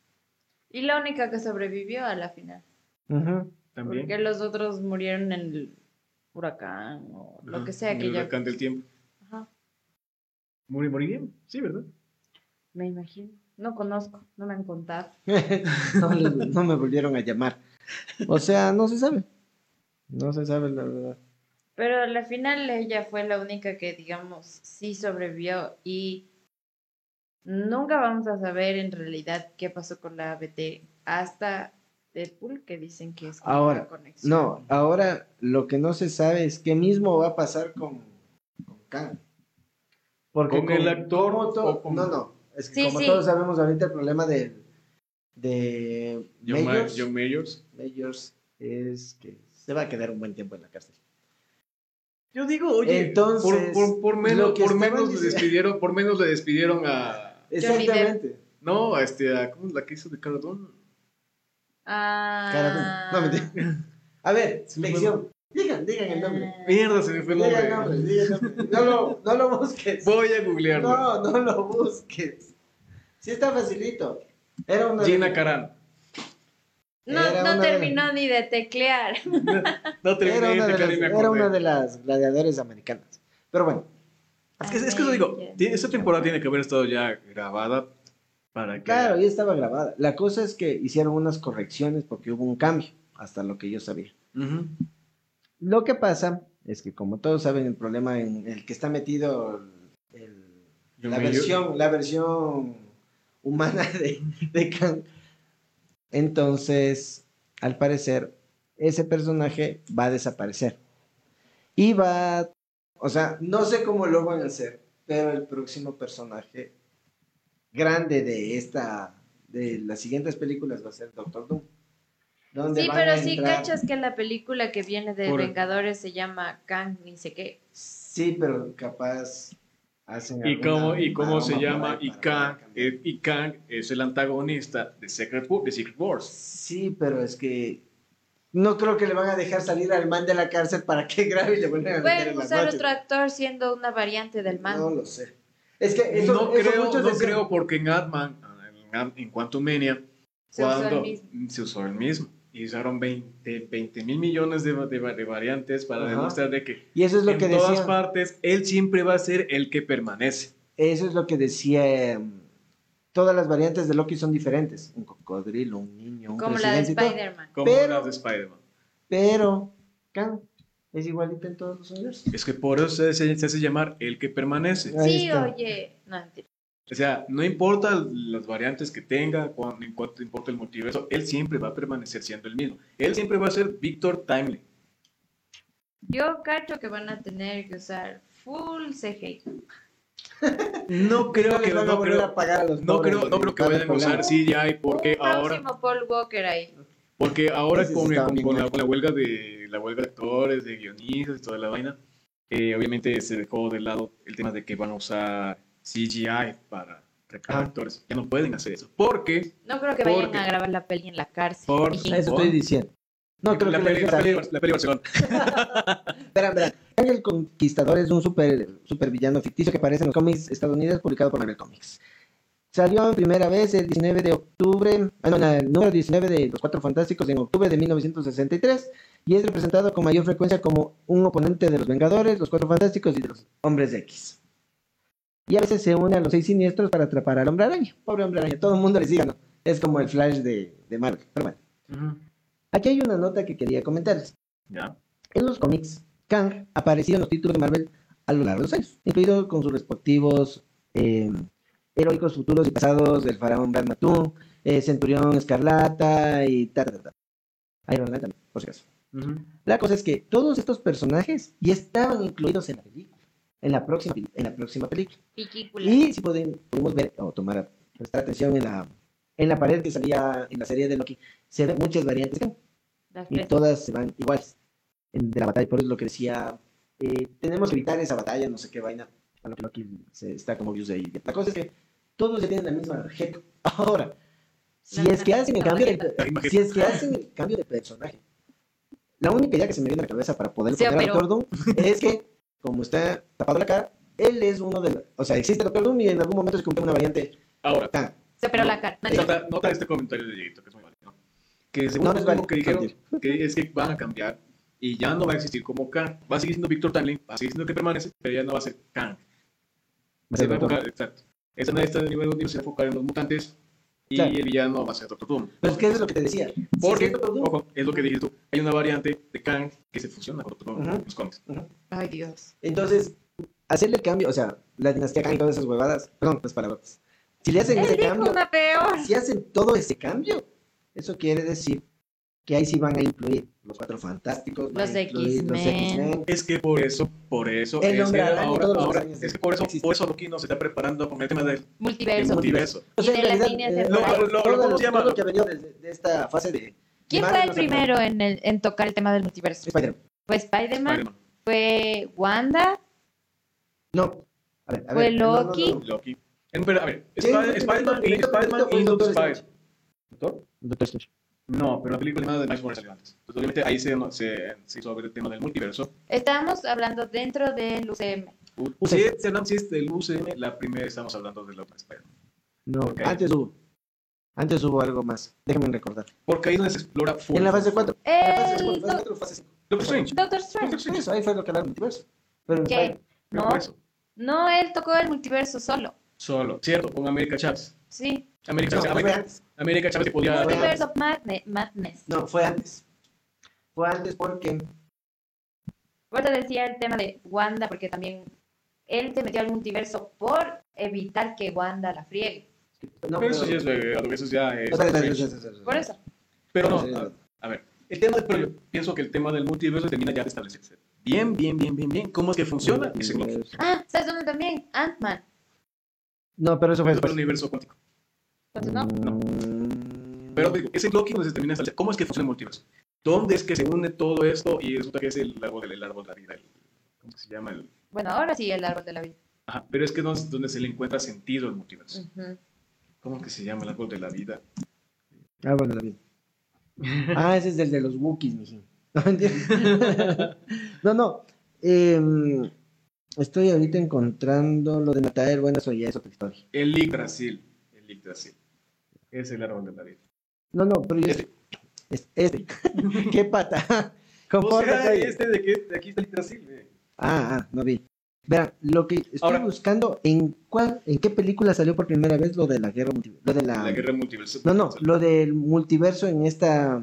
Speaker 7: Y la única que sobrevivió a la final.
Speaker 6: También.
Speaker 7: Porque los otros murieron en el huracán o lo
Speaker 6: Ajá,
Speaker 7: que sea
Speaker 6: en
Speaker 7: que
Speaker 6: el
Speaker 7: ya.
Speaker 6: huracán del tiempo.
Speaker 7: Ajá,
Speaker 6: Morir, morir bien. Sí, ¿verdad?
Speaker 7: me imagino. No conozco, no me han contado.
Speaker 8: no, les- no me volvieron a llamar. O sea, no se sabe. No se sabe, la verdad.
Speaker 7: Pero al final ella fue la única que, digamos, sí sobrevivió y nunca vamos a saber en realidad qué pasó con la ABT hasta Deadpool, que dicen que es como
Speaker 8: Ahora,
Speaker 7: una conexión.
Speaker 8: No, ahora lo que no se sabe es qué mismo va a pasar con, con Kang. Porque
Speaker 6: ¿Con el actor
Speaker 8: como to-
Speaker 6: o con-
Speaker 8: No, no. Es que
Speaker 7: Sí,
Speaker 8: como
Speaker 7: sí.
Speaker 8: todos sabemos ahorita el problema de, de
Speaker 6: John, Ma-
Speaker 8: Majors,
Speaker 6: John Mayors.
Speaker 8: Majors es que se va a quedar un buen tiempo en la cárcel.
Speaker 6: Yo digo, oye,
Speaker 8: Entonces,
Speaker 6: por, por, por menos,
Speaker 8: lo que
Speaker 6: por
Speaker 8: estaban
Speaker 6: menos le
Speaker 8: diciendo-
Speaker 6: despidieron, por menos le despidieron a.
Speaker 8: Exactamente.
Speaker 6: No, a este, a, ¿cómo es la que hizo de Cardón?
Speaker 7: Ah,
Speaker 8: Cara de- no, mentira. A ver,
Speaker 6: Sí, me
Speaker 8: lección. Digan, digan el nombre.
Speaker 6: Mierda, se me fue el
Speaker 8: Digan el
Speaker 6: nombre.
Speaker 8: nombre, digan el nombre. No lo, no lo busques.
Speaker 6: Voy a googlearlo.
Speaker 8: No, no lo busques. Sí está facilito. Era una
Speaker 6: Gina Carano.
Speaker 7: no,
Speaker 8: Era
Speaker 7: no
Speaker 8: una de-
Speaker 7: terminó ni de teclear.
Speaker 6: No te
Speaker 8: Era una, de las,
Speaker 6: me
Speaker 8: era
Speaker 6: acordé.
Speaker 8: una de las gladiadoras americanas. Pero bueno,
Speaker 6: Es que, es que eso digo, tiene- esta temporada tiene que haber estado ya grabada para que.
Speaker 8: claro, ya estaba grabada. La cosa es que hicieron unas correcciones porque hubo un cambio, hasta lo que yo sabía.
Speaker 6: Ujú.
Speaker 8: Lo que pasa es que, como todos saben, el problema en el que está metido el-
Speaker 6: John
Speaker 8: la,
Speaker 6: Mayer-
Speaker 8: versión, la versión humana de, de Kang. Entonces, al parecer, ese personaje va a desaparecer. Y va, o sea, no sé cómo lo van a hacer, pero el próximo personaje grande de esta, de las siguientes películas va a ser Doctor Doom. donde
Speaker 7: Sí,
Speaker 8: van
Speaker 7: pero
Speaker 8: a
Speaker 7: sí
Speaker 8: entrar-
Speaker 7: cachas que la película que viene de
Speaker 6: Por-
Speaker 7: Vengadores se llama Kang, ni sé qué.
Speaker 8: Sí, pero capaz hacen
Speaker 6: ¿Y cómo,
Speaker 8: alguna
Speaker 6: y cómo se
Speaker 8: maroma
Speaker 6: llama?
Speaker 8: por ahí
Speaker 6: Y
Speaker 8: para
Speaker 6: Kang,
Speaker 8: cambiar.
Speaker 6: eh, y Kang es el antagonista de Secret, Wo- de Secret Wars.
Speaker 8: Sí, pero es que no creo que le van a dejar salir al man de la cárcel para que grabe y le vuelvan a meter
Speaker 7: Pueden
Speaker 8: en la
Speaker 7: usar
Speaker 8: noche.
Speaker 7: otro actor siendo una variante del man.
Speaker 8: No lo sé. Es que eso,
Speaker 6: no
Speaker 8: eso
Speaker 6: creo,
Speaker 8: muchos
Speaker 6: no
Speaker 8: decían-
Speaker 6: creo porque en Ant-Man, en, Ant- en Quantumania,
Speaker 7: Se usó el
Speaker 6: cuando
Speaker 7: mismo.
Speaker 6: se usó el mismo. Y usaron 20, 20 mil millones de, va- de va- de variantes para
Speaker 8: Ajá.
Speaker 6: demostrar de que
Speaker 8: Y eso es lo
Speaker 6: en
Speaker 8: que
Speaker 6: todas
Speaker 8: decía.
Speaker 6: partes él siempre va a ser el que permanece.
Speaker 8: Eso es lo que decía. em, Todas las variantes de Loki son diferentes. Un cocodrilo, un niño, un
Speaker 7: Como la de
Speaker 8: presidente y todo.
Speaker 7: Spider-Man.
Speaker 6: Como
Speaker 8: Pero-
Speaker 6: las de Spider-Man.
Speaker 8: Pero Kang es igualito en todos los universos.
Speaker 6: Es que por eso se, se- se hace llamar el que permanece.
Speaker 8: Ahí
Speaker 7: Sí,
Speaker 8: está.
Speaker 7: oye. No, mentira.
Speaker 6: O sea, no importa las variantes que tenga, cuando, en cuanto importa el multiverso, él siempre va a permanecer siendo el mismo. Él siempre va a ser Victor Timely.
Speaker 7: Yo cacho que van a tener que usar full CGI.
Speaker 6: No creo
Speaker 8: No les
Speaker 6: que
Speaker 8: van a
Speaker 6: no
Speaker 8: volver
Speaker 6: creo,
Speaker 8: a pagar a los
Speaker 6: No
Speaker 8: pobres
Speaker 6: creo, no
Speaker 8: de
Speaker 6: creo que
Speaker 8: tanto
Speaker 6: vayan a
Speaker 8: problema.
Speaker 6: usar CGI porque
Speaker 7: un
Speaker 6: ahora,
Speaker 7: próximo Paul Walker ahí.
Speaker 6: porque ahora
Speaker 8: Ese sí
Speaker 6: con,
Speaker 8: estaba
Speaker 6: con-
Speaker 8: bien
Speaker 6: con la,
Speaker 8: mal.
Speaker 6: con la huelga de la huelga de actores, de guionistas y toda la vaina, eh, obviamente se dejó de lado el tema de que van a usar CGI para recabar
Speaker 8: Ah.
Speaker 6: actores. Ya no pueden hacer eso. Porque
Speaker 7: No creo que
Speaker 6: ¿Por
Speaker 7: vayan
Speaker 6: qué?
Speaker 7: a grabar la peli en la cárcel.
Speaker 6: Por-
Speaker 7: Mijín.
Speaker 8: Eso estoy diciendo. No creo
Speaker 6: la,
Speaker 8: que
Speaker 6: peli,
Speaker 8: les
Speaker 6: la, peli, la peli Barcelona.
Speaker 8: Espera, espera. Kang el Conquistador es un super, supervillano ficticio que aparece en los cómics estadounidenses publicado por Marvel Comics. Salió en primera vez el 19 de octubre, ah, no, no, el número 19 de Los Cuatro Fantásticos en octubre de 1963 y es representado con mayor frecuencia como un oponente de los Vengadores, los Cuatro Fantásticos y de los Hombres X. Y a veces se une a los seis siniestros para atrapar al Hombre Araña. Pobre Hombre Araña, todo el mundo le sigue, ¿no? Es como el Flash de, de Marvel. Pero bueno.
Speaker 6: Ujú.
Speaker 8: Aquí hay una nota que quería comentarles.
Speaker 6: Ya.
Speaker 8: En los cómics, Kang apareció en los títulos de Marvel a lo largo de los años, incluido con sus respectivos eh, heroicos futuros y pasados del faraón Brad Matou, eh, Centurión Escarlata y ta, ta, ta, ta. Iron Man también, por si acaso.
Speaker 6: Ujú.
Speaker 8: La cosa es que todos estos personajes ya estaban incluidos en la película, en la próxima, peli- en la próxima película.
Speaker 7: Piquícula.
Speaker 8: Y si podemos, podemos ver o tomar, prestar atención en la, en la pared que salía en la serie de Loki, se ven muchas variantes. Kang
Speaker 7: Las
Speaker 8: y
Speaker 7: tres.
Speaker 8: todas se van iguales en- de la batalla. Por eso lo que decía, eh, tenemos que evitar esa batalla, no sé qué vaina. A lo que Loki se, está como views ahí. La cosa es que todos ya tienen la misma tarjeta. Ahora, si
Speaker 7: La
Speaker 8: es que
Speaker 7: misma
Speaker 8: hacen el cambio
Speaker 1: La
Speaker 8: de,
Speaker 1: misma
Speaker 8: si es que hacen el cambio de personaje, la única idea que se me viene a la cabeza para poder
Speaker 7: Se
Speaker 8: poner a
Speaker 7: operó.
Speaker 8: Doctor Doom es que, como está tapado la cara, él es uno de los. O sea, existe Doctor Doom y en algún momento se cumple una variante. Ah,
Speaker 6: Ahora,
Speaker 8: Kang.
Speaker 7: Se operó la cara. No,
Speaker 6: nota, nota este comentario de Dieguito, que es muy válido. Que según
Speaker 8: No,
Speaker 6: lo
Speaker 8: no es válido,
Speaker 6: que dijeron,
Speaker 8: Dieguito.
Speaker 6: que es que van a cambiar y ya no va a existir como Kang. Va a seguir siendo Víctor Tamlin, va a seguir siendo el que permanece, pero ya no va a ser Kang. Se va a enfocar, exacto. Esta nueva esta nueva universo se va a enfocar en los mutantes y
Speaker 8: Claro.
Speaker 6: el villano va a ser Doctor Doom.
Speaker 8: Pero es que eso Pues, es lo que te decía. Si
Speaker 6: Porque,
Speaker 8: es Doctor Doom,
Speaker 6: ojo, es lo que dijiste tú. Hay una variante de Kang que se fusiona con Doctor Doom
Speaker 8: Ujú.
Speaker 6: en los cómics.
Speaker 7: Ay, Dios.
Speaker 8: Entonces, hacerle el cambio, o sea, la dinastía Kang y todas esas huevadas, perdón, las palabras. Si le hacen
Speaker 7: Él
Speaker 8: ese
Speaker 7: dijo
Speaker 8: cambio,
Speaker 7: una peor.
Speaker 8: si hacen todo ese cambio, eso quiere decir que ahí sí van a incluir los cuatro fantásticos, van
Speaker 7: Los
Speaker 8: a incluir los
Speaker 7: X-Men.
Speaker 8: X-Men.
Speaker 6: Es que por eso, por eso,
Speaker 8: El
Speaker 6: es que
Speaker 8: hombre araña,
Speaker 6: ahora,
Speaker 8: todos los
Speaker 6: ahora-
Speaker 8: años
Speaker 6: es que por eso,
Speaker 8: existe.
Speaker 6: por eso Loki nos está preparando con el tema del
Speaker 7: Multiverso.
Speaker 6: multiverso.
Speaker 8: O sea,
Speaker 7: Y de
Speaker 8: en
Speaker 7: las
Speaker 8: realidad,
Speaker 7: líneas
Speaker 8: eh,
Speaker 7: temporales.
Speaker 8: todo-
Speaker 6: Lo- lo-
Speaker 8: todo
Speaker 6: ¿cómo
Speaker 8: lo-
Speaker 6: se llama?
Speaker 8: todo lo que ha venido desde de esta fase de...
Speaker 7: ¿Quién
Speaker 8: Marvel
Speaker 7: fue el
Speaker 8: nos ha-
Speaker 7: primero en, el- en tocar el tema del multiverso?
Speaker 8: Spider-Man.
Speaker 7: Fue Spider-Man,
Speaker 6: Spider-Man,
Speaker 7: fue Wanda,
Speaker 8: No. A ver, a
Speaker 7: Fue
Speaker 8: ver, no, no, no,
Speaker 7: Loki.
Speaker 8: no.
Speaker 6: Loki. Eh, Pero, a ver,
Speaker 8: ¿Quién fue
Speaker 6: Spider-
Speaker 8: el
Speaker 6: Spider-Man y
Speaker 8: primero?
Speaker 6: Spider-Man
Speaker 8: Fue
Speaker 6: y
Speaker 8: el Doctor
Speaker 6: Spider-
Speaker 8: Strange.
Speaker 6: ¿Doctor?
Speaker 8: Doctor Strange.
Speaker 6: No, pero la película animada de Miles Morales salió antes. Entonces, obviamente, ahí se, se, se hizo ver el tema del multiverso.
Speaker 7: estábamos hablando dentro del UCM.
Speaker 6: U-
Speaker 8: UCM.
Speaker 6: Si es- si hablamos si es del UCM, la primera estamos hablando de la de Spider-Man.
Speaker 8: No,
Speaker 6: Ok.
Speaker 8: antes hubo. Antes hubo algo más. Déjame recordar.
Speaker 6: Porque ahí es donde se explora full.
Speaker 8: En la fase 4. Ah, pues,
Speaker 7: El doc-
Speaker 8: fase 5.
Speaker 6: Doctor
Speaker 8: pues.
Speaker 6: Strange.
Speaker 7: Doctor
Speaker 6: Doctor
Speaker 7: Strange.
Speaker 6: Strange.
Speaker 8: Eso, ahí fue lo que era el multiverso. Pero en
Speaker 7: ¿Qué?
Speaker 8: Spider-
Speaker 6: Pero
Speaker 7: No,
Speaker 6: por eso.
Speaker 7: no, él tocó el multiverso solo.
Speaker 6: Solo. Cierto, con América Chaps.
Speaker 7: Sí.
Speaker 6: América
Speaker 8: No,
Speaker 6: Chaps.
Speaker 8: no fue
Speaker 6: América,
Speaker 8: antes.
Speaker 6: América Chaps se podía.
Speaker 8: Fue
Speaker 7: Multiverse of Madne- Madness.
Speaker 8: No, fue antes. Fue antes porque.
Speaker 7: Por eso Pues decía el tema de Wanda, porque también él se metió al multiverso por evitar que Wanda la friegue.
Speaker 8: No,
Speaker 6: Pero eso ya es. eh, algo que Eso ya es.
Speaker 8: O sea,
Speaker 6: Doctor Strange.
Speaker 8: es- es- es- es- es-
Speaker 7: Por eso.
Speaker 6: Pero
Speaker 8: Sí,
Speaker 6: no,
Speaker 8: sí,
Speaker 6: a,
Speaker 8: sí.
Speaker 6: a ver, el tema, pero yo pienso que el tema del multiverso termina ya de establecerse. Bien, bien, bien, bien, bien. ¿Cómo es que funciona? Es en el
Speaker 7: Ah, ¿sabes dónde también? Ant-Man.
Speaker 8: No, pero eso fue después.
Speaker 6: universo cuántico.
Speaker 7: Entonces, no.
Speaker 8: Mm,
Speaker 6: Pero digo, es en Loki donde se termina de establecer. ¿Cómo es que funciona el multiverso? ¿Dónde es que se une todo esto y resulta que es el árbol, del- el árbol de la vida? el- ¿Cómo se llama? El-
Speaker 7: Bueno, ahora sí, el árbol de la vida.
Speaker 6: ajá, pero es que donde, donde se le encuentra sentido el multiverso.
Speaker 7: Ujú.
Speaker 6: ¿Cómo que se llama el árbol de la vida?
Speaker 8: Ah, bueno, la vida. Ah, ese es el de los Wookiees, mijín. No, mentira. no. no. Em, estoy ahorita encontrando lo de Mataer. Bueno, eso ya es otra historia.
Speaker 6: El Yggdrasil. El Yggdrasil. Es el árbol de la vida.
Speaker 8: No, no, pero yo.
Speaker 6: Este.
Speaker 8: Es- Este. Qué pata.
Speaker 6: O
Speaker 8: Confórmate.
Speaker 6: sea, este de, que, de aquí Pues está el Yggdrasil. eh.
Speaker 8: Ah, ah, no vi. Verán, lo que estoy
Speaker 6: Ahora-
Speaker 8: buscando en cuál, en qué película salió por primera vez lo de la guerra multi- lo de la,
Speaker 6: La guerra multiverso.
Speaker 8: no no, lo del multiverso en esta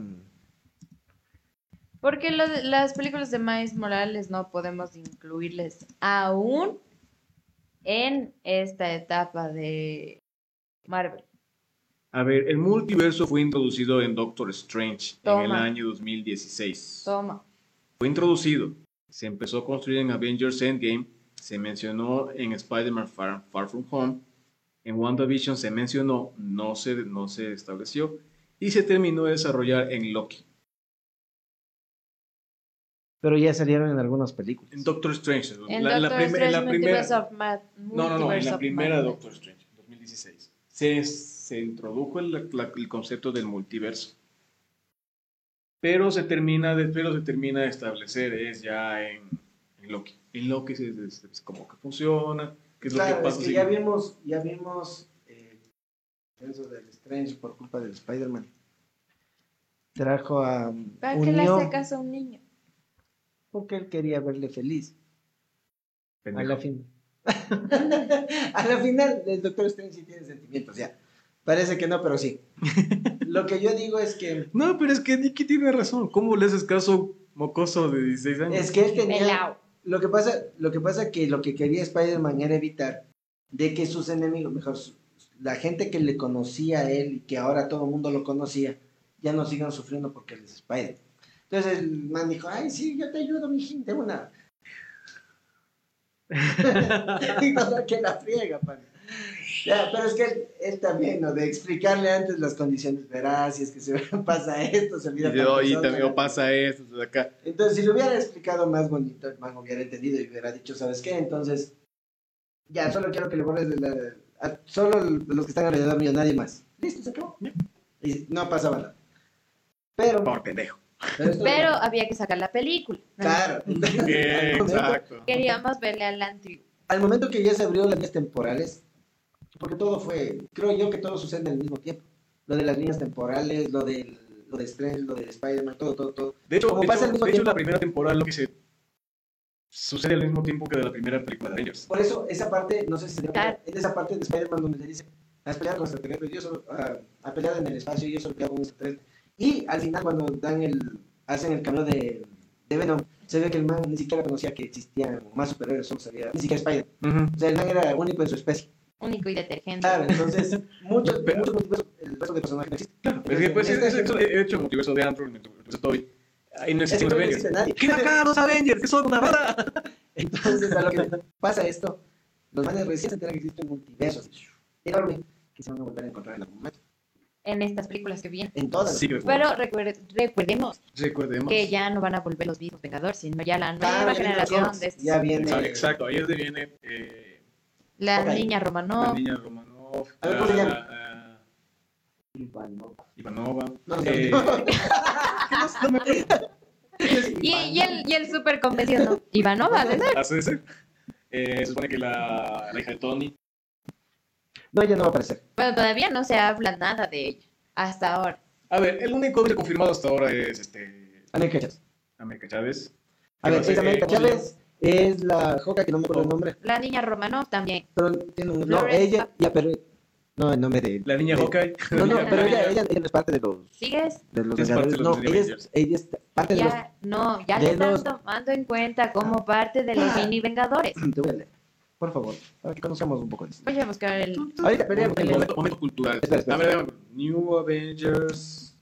Speaker 7: Porque lo de- las películas de Miles Morales no podemos incluirles aún en esta etapa de Marvel.
Speaker 6: A ver, el multiverso fue introducido en Doctor Strange en el
Speaker 7: Toma.
Speaker 6: año 2016.
Speaker 7: Toma.
Speaker 6: Fue introducido. Se empezó a construir en Avengers Endgame. Se mencionó en Spider-Man Far, Far From Home. En WandaVision se mencionó, no se, no se estableció. Y se terminó de desarrollar en Loki.
Speaker 8: pero ya salieron en algunas películas.
Speaker 6: En Doctor Strange.
Speaker 7: En
Speaker 6: la- la
Speaker 7: Doctor
Speaker 6: prim- en
Speaker 7: Strange
Speaker 6: la
Speaker 7: Multiverse
Speaker 6: primera-
Speaker 7: of Mad-
Speaker 6: No, no, no, en
Speaker 7: Multiverse
Speaker 6: la
Speaker 7: of
Speaker 6: primera
Speaker 7: Madness.
Speaker 6: Doctor Strange, 2016. Se, se introdujo el, la- el concepto del multiverso. Pero se termina de, pero se termina de establecer, es ya en, en Loki. En Loki es, como que funciona, qué es lo que pasa. si-
Speaker 8: vimos ya vimos Eso del Strange por culpa del Spider-Man. Trajo a.
Speaker 7: ¿Para qué le
Speaker 8: unió
Speaker 7: hace caso a un niño?
Speaker 8: porque él quería verle feliz. A
Speaker 6: Pendejo.
Speaker 8: la fin. a la final, el Doctor Strange sí tiene sentimientos, ya. Parece que no, pero sí. Lo que yo digo es que.
Speaker 6: No, pero es que Nicky tiene razón. ¿Cómo le haces caso a un mocoso de 16 años?
Speaker 8: Es que él tenía.
Speaker 7: Pelao.
Speaker 8: Lo que pasa, lo que pasa que lo que quería Spider-Man era evitar de que sus enemigos, mejor, su- la gente que le conocía a él y que ahora todo el mundo lo conocía, ya no sigan sufriendo porque él es Spider. Entonces el man dijo, ay, sí, yo te ayudo, mi gente, una. y no, que la friega, pan. Ya, pero es que él, él también, ¿no? De explicarle antes las condiciones, verás, si es que se pasa esto, se
Speaker 6: Y
Speaker 8: olvida
Speaker 6: de,
Speaker 8: tal
Speaker 6: "Oye,
Speaker 8: persona".
Speaker 6: también pasa esto, de acá.
Speaker 8: Entonces, si lo hubiera explicado más bonito, el man hubiera entendido y hubiera dicho, ¿sabes qué? Entonces, ya, solo quiero que le borres de la... a- solo los que están alrededor mío, nadie más. Listo, se acabó. Y no pasaba nada. Pero...
Speaker 6: Por pendejo.
Speaker 8: pero esto-
Speaker 7: Pero había que sacar la película. ¿no?
Speaker 8: Claro. Entonces, al, momento,
Speaker 6: Exacto.
Speaker 7: Queríamos verle al antiguo.
Speaker 8: al momento que ya se abrió las líneas temporales, porque todo fue... Creo yo que todo sucede al mismo tiempo. Lo de las líneas temporales, lo de, lo de Strange, lo de Spider-Man, todo, todo, todo.
Speaker 6: De hecho,
Speaker 8: Como
Speaker 6: de
Speaker 8: pasa
Speaker 6: hecho-
Speaker 8: al mismo
Speaker 6: de hecho,
Speaker 8: tiempo.
Speaker 6: la primera temporada lo que se sucede al mismo tiempo que de la primera película de ellos.
Speaker 8: Por eso, esa parte, no sé si se dieron
Speaker 7: Claro.
Speaker 8: cuenta, en esa parte de Spider-Man donde le dice, has peleado con extraterrestres, yo solo, ah, ha peleado en el espacio, yo solo peleo con extraterrestres. Y al final, cuando dan el, hacen el cambio de, de Venom, se ve que el man ni siquiera conocía que existían más superhéroes, solo sabía, ni siquiera Spider. O sea, el man era único en su especie.
Speaker 7: Único y detergente.
Speaker 8: Claro, entonces, muchos,
Speaker 6: Pero-
Speaker 8: muchos multiversos, el resto de personajes no existe.
Speaker 6: Es que, pues, es,
Speaker 8: Este
Speaker 6: es- es- de hecho, el multiverso de Andrew, el multiverso de Toby, ahí no
Speaker 8: Ese
Speaker 6: existen los
Speaker 8: no existe
Speaker 6: Avengers.
Speaker 8: nadie.
Speaker 6: ¡Qué acá, los Avengers! ¡Que son una bala!
Speaker 8: Entonces, a lo que pasa esto, los manes recién se enteran que existe un multiverso así, enorme que se van a volver a encontrar en algún momento.
Speaker 7: En estas películas que vienen.
Speaker 8: En todas.
Speaker 6: Sí, recuerdo.
Speaker 7: Pero recuer- recordemos
Speaker 6: Recordemos.
Speaker 7: que ya no van a volver los viejos Vengadores, sino ya la
Speaker 8: Ah,
Speaker 7: nueva
Speaker 8: ya vienen los
Speaker 7: generación
Speaker 8: cómics,
Speaker 7: de estos-
Speaker 8: ya viene.
Speaker 6: Exacto, Ah, exacto, ahí es donde viene eh,
Speaker 7: La
Speaker 8: Ok.
Speaker 7: niña
Speaker 6: la
Speaker 7: Romanov.
Speaker 6: niña Romanov,
Speaker 8: A ver, pues, ¿cómo se
Speaker 6: la-
Speaker 8: llama?
Speaker 6: la-
Speaker 8: Ivanov.
Speaker 6: Ivanova.
Speaker 8: No,
Speaker 6: eh,
Speaker 8: no me acuerdo.
Speaker 7: Y, y el, y el súper convencido, ¿no? Ivanova, ¿verdad?
Speaker 6: hace ese. Eh, se supone que la, la hija de Tony.
Speaker 8: No, ella no va a aparecer.
Speaker 7: Bueno, todavía no se habla nada de ella hasta ahora.
Speaker 6: A ver, el único hombre confirmado hasta ahora es este.
Speaker 8: América Chávez.
Speaker 6: América Chávez.
Speaker 8: A ver, es
Speaker 6: Eh,
Speaker 8: América
Speaker 6: ¿cómo se
Speaker 8: Chávez. Es la joca que no me acuerdo el nombre.
Speaker 7: La niña Romanov también.
Speaker 8: Pero tiene un- No,
Speaker 7: Florence
Speaker 8: ella, ya, pero. No, el nombre de él.
Speaker 6: La niña
Speaker 8: Sí.
Speaker 6: Hawkeye.
Speaker 8: No, no,
Speaker 6: La
Speaker 8: pero
Speaker 6: niña-
Speaker 8: ella, ella, ella no es parte de los.
Speaker 7: ¿Sigues?
Speaker 8: De los
Speaker 6: Sí, es parte de
Speaker 8: Vengadores.
Speaker 6: los
Speaker 8: No, ella es,
Speaker 6: Avengers.
Speaker 8: ella es parte de los.
Speaker 7: Ya, no, ya
Speaker 8: de
Speaker 7: le están
Speaker 8: los- Ah.
Speaker 7: tomando en cuenta como parte de los mini Vengadores.
Speaker 8: Te voy a leer. Por favor, para que conozcamos un poco de eso.
Speaker 7: Voy a buscar el...
Speaker 8: Ahorita, pero ya
Speaker 6: El
Speaker 8: porque-
Speaker 6: momento, momento cultural.
Speaker 8: Espera, espera.
Speaker 6: A ver, a ver, New Avengers.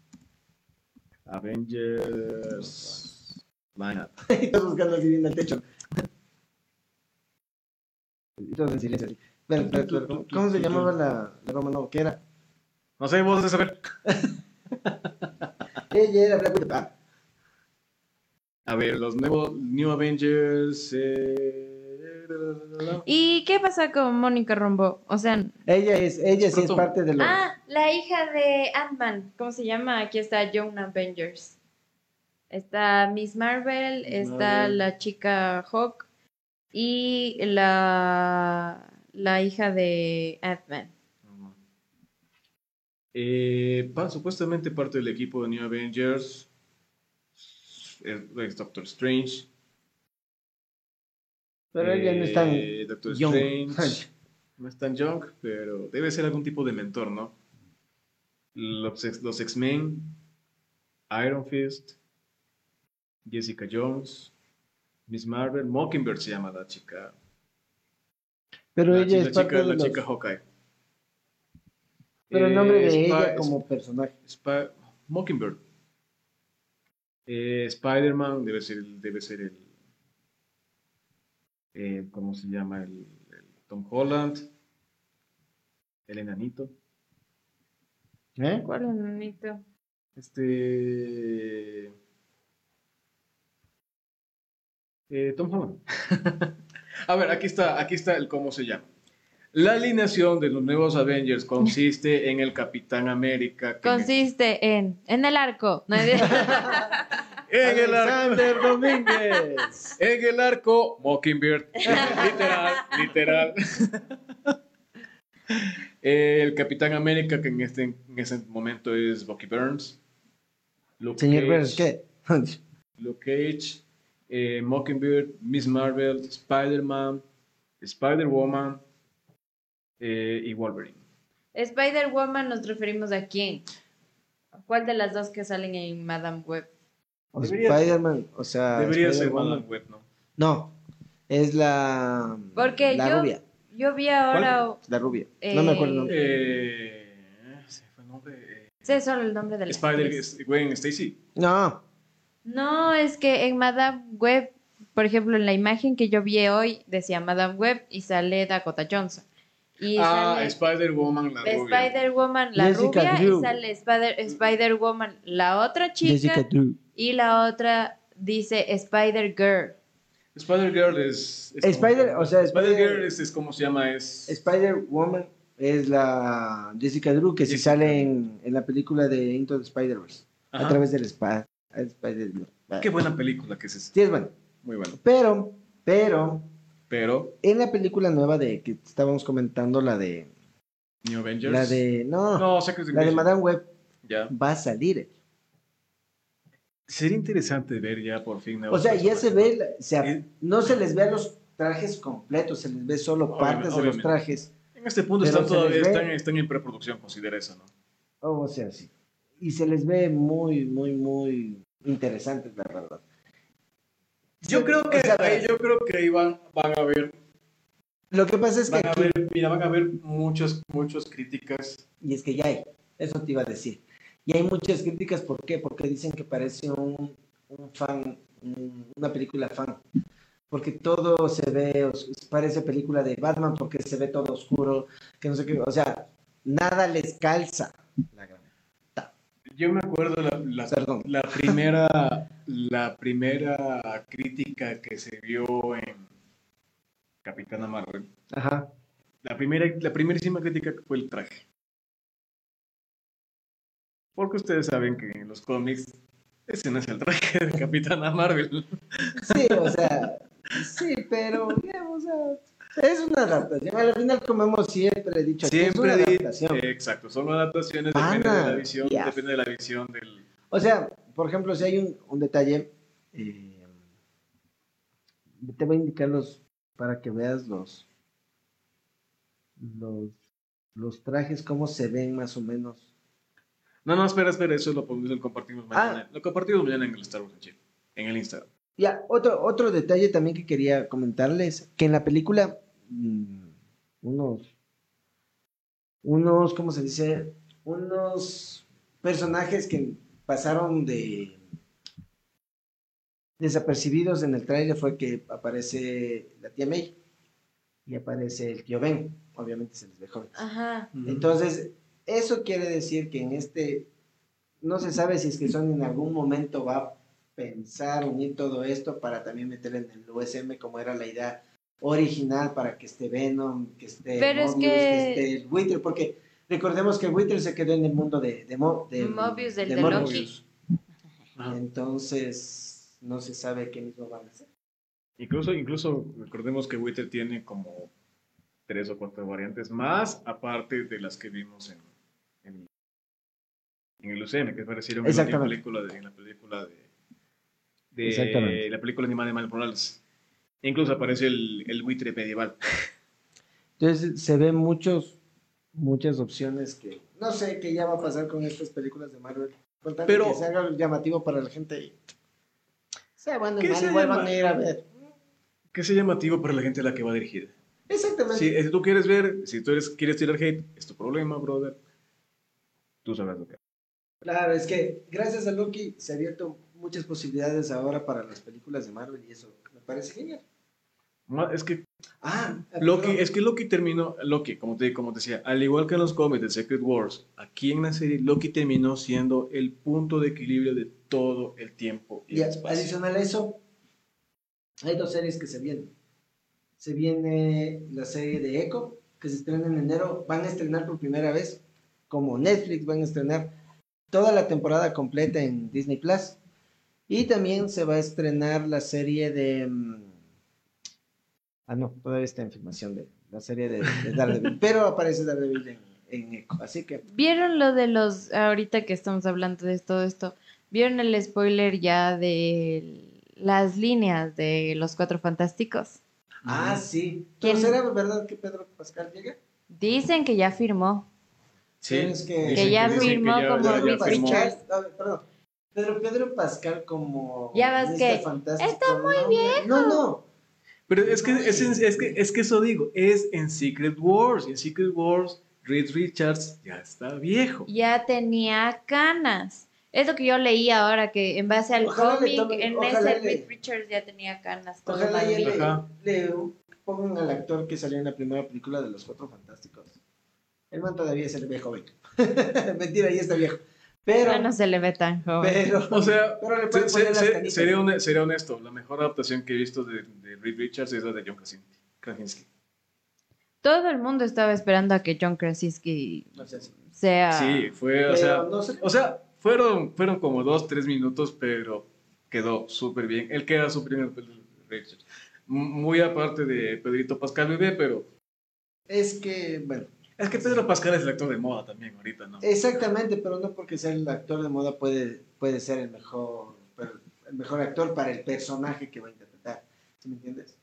Speaker 6: Avengers. Lineup.
Speaker 8: Estás buscando así bien al techo. Y todos en silencio. así. Espera, espera, espera. ¿Cómo se llamaba la, la Romanov? ¿Qué era?
Speaker 6: No sé, vos de saber.
Speaker 8: Ella era Black Widow. Ah,
Speaker 6: A ver, los nuevos New Avengers. eh, la, la, la, la.
Speaker 7: ¿Y qué pasa con Mónica Rombo? O sea...
Speaker 8: Ella es, ella sí es
Speaker 6: Pronto.
Speaker 8: parte de los.
Speaker 7: Ah, la hija de Ant-Man. ¿Cómo se llama? Aquí está Young Avengers. Está Miss Marvel, está
Speaker 6: Marvel.
Speaker 7: la chica Hawk y la, la hija de Ant-Man.
Speaker 6: Eh, van supuestamente parte del equipo de New Avengers. Es- es Doctor Strange.
Speaker 8: Pero ella
Speaker 6: eh,
Speaker 8: no es tan
Speaker 6: Doctor
Speaker 8: young.
Speaker 6: Strange. No es tan young, pero debe ser algún tipo de mentor, ¿no? Los, ex- los X-Men, Iron Fist, Jessica Jones, Miss Marvel, Mockingbird se llama la chica.
Speaker 8: Pero
Speaker 6: la
Speaker 8: ella
Speaker 6: chi-
Speaker 8: es
Speaker 6: la
Speaker 8: parte
Speaker 6: chica,
Speaker 8: de
Speaker 6: la
Speaker 8: los.
Speaker 6: chica Hawkeye.
Speaker 8: Pero el nombre
Speaker 6: Eh,
Speaker 8: de
Speaker 6: Spi-
Speaker 8: ella como personaje.
Speaker 6: Spi- Mockingbird. Eh, Spider-Man debe ser, el- debe ser el, eh, ¿Cómo se llama? El, el Tom Holland. El enanito.
Speaker 8: ¿Eh?
Speaker 7: ¿Cuál es bonito?
Speaker 6: Este. eh, Tom Holland. A ver, aquí está, aquí está el cómo se llama. La alineación de los nuevos Avengers consiste en el Capitán América. que-
Speaker 7: Consiste en en el arco. No es-
Speaker 6: en el ar-
Speaker 8: Alexander Domínguez.
Speaker 6: En el arco, Mockingbird. literal, literal. El Capitán América, que en, este, en ese momento es Bucky Burns. Luke
Speaker 8: Señor
Speaker 6: Cage,
Speaker 8: Burns, ¿qué?
Speaker 6: Luke Cage, eh, Mockingbird, Miss Marvel, Spider-Man, Spider-Woman eh, y Wolverine.
Speaker 7: Spider-Woman nos referimos a quién? ¿A ¿Cuál de las dos que salen en Madame Web?
Speaker 8: O
Speaker 6: Debería-
Speaker 8: Spider-Man, o sea.
Speaker 6: Debería ser
Speaker 8: Ah, Spider-Woman.
Speaker 6: Madame Web, ¿no?
Speaker 8: No, es la.
Speaker 7: Porque
Speaker 8: la
Speaker 7: yo,
Speaker 8: rubia.
Speaker 7: yo vi ahora.
Speaker 8: La rubia. No me acuerdo el nombre.
Speaker 6: Eh, se fue el nombre. eh,
Speaker 7: Sé solo el nombre de la
Speaker 6: Spider,
Speaker 7: actriz.
Speaker 6: es- Gwen Stacy.
Speaker 8: No,
Speaker 7: No, es que en Madame Web, por ejemplo, en la imagen que yo vi hoy, decía Madame Web y sale Dakota Johnson. Y
Speaker 6: Ah,
Speaker 7: sale
Speaker 6: Spider-Woman, la rubia.
Speaker 7: Spider-Woman, la
Speaker 8: Jessica
Speaker 7: rubia,
Speaker 8: Drew.
Speaker 7: y sale Spider- Spider-Woman, la otra
Speaker 8: Jessica
Speaker 7: chica,
Speaker 8: Drew.
Speaker 7: y la otra dice Spider-Girl.
Speaker 6: Spider-Girl es... es
Speaker 8: Spider-
Speaker 6: como-
Speaker 8: o sea,
Speaker 6: Spider-Girl
Speaker 8: Spider-
Speaker 6: es, es como se llama, es...
Speaker 8: Spider-Woman es la Jessica Drew que sí
Speaker 6: Jessica
Speaker 8: sale
Speaker 6: Drew.
Speaker 8: en, en la película de Into the Spider-Verse. A
Speaker 6: Ajá.
Speaker 8: través del spa. Spider-Man.
Speaker 6: Qué buena película que es esa.
Speaker 8: Sí, es bueno.
Speaker 6: Muy buena.
Speaker 8: Pero, pero,
Speaker 6: Pero,
Speaker 8: en la película nueva de que estábamos comentando, la de.
Speaker 6: New Avengers...
Speaker 8: La de. No,
Speaker 6: No, Secret
Speaker 8: la de
Speaker 6: Invasion.
Speaker 8: Madame Web
Speaker 6: Ya.
Speaker 8: va a salir.
Speaker 6: Sería interesante ver ya por fin...
Speaker 8: O
Speaker 6: nuevos
Speaker 8: sea, ya se
Speaker 6: personajes.
Speaker 8: ve, la- se ap-
Speaker 6: Eh.
Speaker 8: no se les ve a los trajes completos, se les ve solo
Speaker 6: Obviamente,
Speaker 8: partes de los
Speaker 6: obviamente.
Speaker 8: trajes.
Speaker 6: En este punto
Speaker 8: Pero
Speaker 6: están,
Speaker 8: se les
Speaker 6: todavía,
Speaker 8: ve.
Speaker 6: están, están en preproducción, considera eso, ¿no?
Speaker 8: O sea, sí. Y se les ve muy, muy, muy interesantes, la verdad.
Speaker 6: Yo creo que,
Speaker 8: O sea,
Speaker 6: ahí, yo creo que ahí van, van a ver,
Speaker 8: Lo que pasa es que
Speaker 6: van a
Speaker 8: aquí,
Speaker 6: ver, mira, van a ver muchas, muchas críticas.
Speaker 8: y es que ya hay, eso te iba a decir. Y hay muchas críticas, ¿por qué? Porque dicen que parece un, un fan, un- una película fan. Porque todo se ve, os- parece película de Batman porque se ve todo oscuro, que no sé qué, o sea, nada les calza. La gran-
Speaker 6: Yo me acuerdo la, la-
Speaker 8: Perdón.
Speaker 6: la primera, la primera crítica que se vio en Capitana Marvel.
Speaker 8: Ajá.
Speaker 6: La primera, la primerísima crítica fue el traje. Porque ustedes saben que en los cómics ese no es el traje de Capitana Marvel.
Speaker 8: Sí, o sea, sí, pero, ya, o sea, es una adaptación. Al final, como hemos siempre dicho, aquí, es una
Speaker 6: Siempre di-
Speaker 8: adaptación.
Speaker 6: Exacto, son adaptaciones, depende de
Speaker 8: Ana,
Speaker 6: la visión,
Speaker 8: ya.
Speaker 6: depende de la visión del.
Speaker 8: O sea, por ejemplo, si hay un, un detalle, eh, te voy a indicarlos para que veas los, los, los trajes, cómo se ven más o menos.
Speaker 6: No, no, espera, espera, eso lo, pon- lo compartimos
Speaker 8: Ah.
Speaker 6: mañana. Lo compartimos mañana en el Star Wars en Chile, en el Instagram.
Speaker 8: Ya, otro, otro detalle también que quería comentarles, que en la película, mm, unos, unos, ¿cómo se dice? Unos personajes que pasaron de desapercibidos en el tráiler fue que aparece la tía May y aparece el tío Ben, obviamente se les ve jóvenes.
Speaker 7: Ajá.
Speaker 8: Entonces, eso quiere decir que en este, no se sabe si es que Sony en algún momento va a pensar unir todo esto para también meter en el USM como era la idea original para que esté Venom, que esté
Speaker 7: Pero es
Speaker 8: Mobius,
Speaker 7: que-
Speaker 8: esté el Wither, porque recordemos que Wither se quedó en el mundo de, de, Mo- de-
Speaker 7: Mobius, del de
Speaker 8: Morbius.
Speaker 6: Ajá.
Speaker 8: Entonces, no se sabe qué mismo van a hacer.
Speaker 6: Incluso, incluso recordemos que Wither tiene como tres o cuatro variantes más, aparte de las que vimos en, en, en el UCM, que aparecieron en la última
Speaker 8: Exactamente.
Speaker 6: película de, en la película de, de-
Speaker 8: Exactamente.
Speaker 6: la película animada de Manuel Morales. E incluso aparece el, el buitre medieval.
Speaker 8: Entonces, se ven muchos, muchas opciones que no sé qué ya va a pasar con estas películas de Marvel. Con tal de
Speaker 6: Pero-
Speaker 8: que se haga algo llamativo para la gente. y- Sea bueno y
Speaker 6: ¿Qué
Speaker 8: mal,
Speaker 6: se
Speaker 8: igual
Speaker 6: llama?
Speaker 8: van a ir a ver.
Speaker 6: Que es llamativo para la gente a la que va dirigida.
Speaker 8: Exactamente.
Speaker 6: Si, si tú quieres ver, si tú eres, quieres tirar hate, es tu problema, brother. Tú sabrás lo que.
Speaker 8: Claro, es que gracias a Loki se han abierto muchas posibilidades ahora para las películas de Marvel y eso me parece genial.
Speaker 6: Ma- Es que
Speaker 8: Ah,
Speaker 6: Loki,
Speaker 8: perdón.
Speaker 6: es que Loki terminó, Loki, como te, como te decía, al igual que en los cómics de Secret Wars, aquí en la serie Loki terminó siendo el punto de equilibrio de todo el tiempo y
Speaker 8: Y
Speaker 6: el
Speaker 8: a-
Speaker 6: espacio.
Speaker 8: adicional a eso, hay dos series que se vienen. Se viene la serie de Echo, que se estrena en enero. Van a estrenar por primera vez, como Netflix, van a estrenar toda la temporada completa en Disney Plus. Y también se va a estrenar la serie de. mm, Ah, no, todavía está en filmación de la serie de, de Daredevil. pero aparece Daredevil en, en eco. Así que
Speaker 7: ¿Vieron lo de los, ahorita que estamos hablando de todo esto, ¿vieron el spoiler ya de las líneas de los cuatro fantásticos?
Speaker 8: Ah, sí. ¿Pero
Speaker 7: ¿Quién?
Speaker 8: será verdad que Pedro Pascal llega?
Speaker 7: Dicen que ya firmó.
Speaker 6: Sí,
Speaker 8: Tienes que-
Speaker 6: dicen
Speaker 8: Que
Speaker 7: ya
Speaker 6: dicen
Speaker 7: firmó como
Speaker 6: ya
Speaker 8: Pedro
Speaker 7: Rick
Speaker 6: firmó.
Speaker 7: Richards.
Speaker 8: Pascal, a ver, perdón. Pero Pedro Pascal como
Speaker 7: Ya ves
Speaker 8: Mr.
Speaker 7: que
Speaker 8: Fantástico,
Speaker 7: está muy
Speaker 8: no, No, no.
Speaker 6: Pero es
Speaker 8: Ah,
Speaker 6: que, es, en- es que, es que eso digo, es en Secret Wars. Y en Secret Wars, Reed Richards ya está viejo.
Speaker 7: Ya tenía canas. Es lo que yo leí ahora, que en base al
Speaker 8: Ojalá
Speaker 7: cómic,
Speaker 8: le tomen-
Speaker 7: en
Speaker 8: ojalá
Speaker 7: ese
Speaker 8: le-
Speaker 7: Rick Richards ya tenía canas. todo
Speaker 8: Ojalá ya
Speaker 7: madurito.
Speaker 6: Ajá.
Speaker 8: le, le pongan al actor que salió en la primera película de los Cuatro Fantásticos. El man todavía es el viejo, ven. Mentira, ya está viejo. Pero,
Speaker 7: Ah, no se le ve tan joven.
Speaker 8: pero,
Speaker 6: O sea,
Speaker 8: pero le
Speaker 6: se-
Speaker 8: pueden
Speaker 6: se-
Speaker 8: poner las
Speaker 6: se-
Speaker 8: canitas.
Speaker 6: seré, hone- seré honesto, la mejor adaptación que he visto de, de Reed Richards es la de John Krasinski. Krasinski.
Speaker 7: Todo el mundo estaba esperando a que John Krasinski
Speaker 8: No sé, sí.
Speaker 7: sea...
Speaker 6: Sí, fue, o
Speaker 8: Pero
Speaker 6: sea,
Speaker 8: no sé.
Speaker 6: o sea fueron, fueron como dos, tres minutos, pero quedó súper bien. Él queda súper bien, Reed Richards. M- Muy aparte de Pedrito Pascal Bebé, pero
Speaker 8: Es que, bueno,
Speaker 6: es que Pedro Pascal es el actor de moda también ahorita, ¿no?
Speaker 8: exactamente, pero no porque sea el actor de moda puede, puede ser el mejor, per- el mejor actor para el personaje que va a interpretar. ¿Sí me entiendes?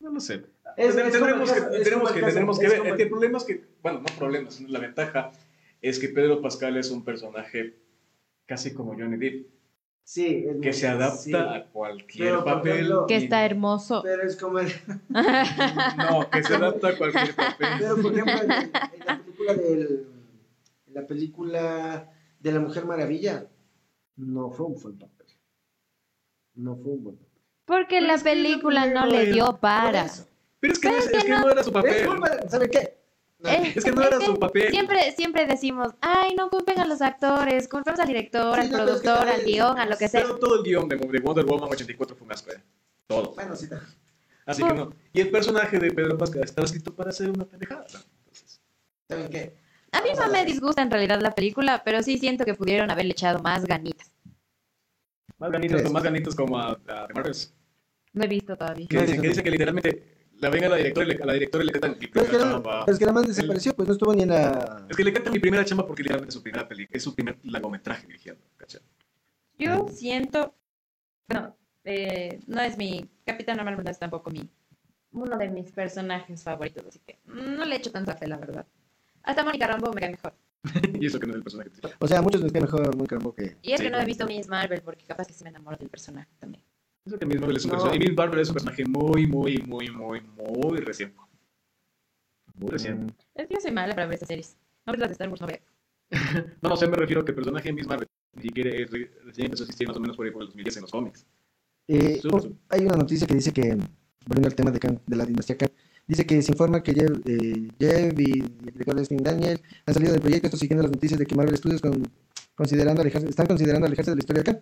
Speaker 6: No lo sé.
Speaker 8: Es-
Speaker 6: Ten-
Speaker 8: es como
Speaker 6: tendremos
Speaker 8: el
Speaker 6: que,
Speaker 8: caso- es
Speaker 6: tendremos
Speaker 8: como
Speaker 6: que,
Speaker 8: el caso-
Speaker 6: tendremos que
Speaker 8: es
Speaker 6: ver.
Speaker 8: como
Speaker 6: El,
Speaker 8: el-
Speaker 6: que- el problema es que, bueno, no problema, sino la ventaja es que Pedro Pascal es un personaje casi como Johnny Depp,
Speaker 8: Sí, es
Speaker 6: que se
Speaker 8: muy-
Speaker 6: adapta
Speaker 8: sí.
Speaker 6: a cualquier
Speaker 8: Pero, por
Speaker 6: papel.
Speaker 8: ejemplo,
Speaker 7: Que
Speaker 6: y-
Speaker 7: está hermoso.
Speaker 8: Pero es como el,
Speaker 6: No, que se adapta a cualquier papel.
Speaker 8: Pero por ejemplo, en, en la película del, en la película de la Mujer Maravilla, no fue un buen papel. No fue un buen papel.
Speaker 7: Porque la
Speaker 6: es que yo
Speaker 7: película
Speaker 6: creo
Speaker 7: no
Speaker 6: que
Speaker 7: le
Speaker 6: no
Speaker 7: dio para.
Speaker 8: Por eso.
Speaker 6: Pero es que, no, es que no era su
Speaker 8: Es
Speaker 6: papel.
Speaker 8: culpa de- ¿Sabe qué? No,
Speaker 7: Eh,
Speaker 6: Es que no era
Speaker 7: que
Speaker 6: su papel.
Speaker 7: Siempre, siempre decimos, ay, no culpen a los actores, culpen al director, al
Speaker 8: Sí, no, pero es que
Speaker 7: productor, al
Speaker 8: también-
Speaker 7: guión, a lo que sea.
Speaker 6: Pero todo el guión de de Wonder Woman 84 fue una escuela. Todo.
Speaker 8: Bueno, sí, también.
Speaker 6: Así que no. Y el personaje de Pedro Pascal está escrito para ser una pendejada. ¿no? Entonces,
Speaker 8: ¿Saben qué?
Speaker 7: A mí no me disgusta en realidad la película, pero sí siento que pudieron haberle echado más ganitas.
Speaker 6: más ganitos,
Speaker 8: Tres.
Speaker 6: más ganitos como a, a The Marvels.
Speaker 7: No he visto todavía.
Speaker 6: Que dicen, que dicen que literalmente la ven a la directora, y le- a la directora y le cantan mi
Speaker 8: Pero es
Speaker 6: primera
Speaker 8: que, la,
Speaker 6: chamba.
Speaker 8: pero es que la man desapareció, pues no estuvo ni en la.
Speaker 6: Es que le cantan mi primera chamba porque literalmente es su primera película, es su primer largometraje dirigido, ¿cachai?
Speaker 7: Yo siento, bueno, eh, no es mi, Capitán Marvel no es tampoco mi, uno de mis personajes favoritos, así que no le echo tanta fe, la verdad. Hasta Mónica Rambo me cae mejor.
Speaker 6: Y eso que no es el personaje principal.
Speaker 8: O sea, a muchos les queda mejor muy carbo que.
Speaker 7: Y es
Speaker 6: Sí.
Speaker 7: que no he visto Miss Marvel porque capaz que sí me enamoro del personaje también.
Speaker 6: Eso que Miss Marvel es un
Speaker 8: No.
Speaker 6: personaje. Y Miss Marvel es un personaje muy, muy, muy, muy, muy reciente. Muy reciente.
Speaker 7: Es que yo soy mala para ver esas series. No veo las de Star Wars, no veo.
Speaker 6: No, no sé, me refiero a que el personaje de Miss Marvel ni siquiera es re- recién empezó a existir más o menos por ahí por el 2010 en los cómics.
Speaker 8: Eh,
Speaker 6: Súper, súper.
Speaker 8: hay una noticia que dice que, volviendo al tema de, Khan- de la dinastía Khan, dice que se informa que Jeff, eh, Jeff y el director de Steven Daniel han salido del proyecto, esto siguiendo las noticias de que Marvel Studios con- considerando alejarse- están considerando alejarse de la historia de Khan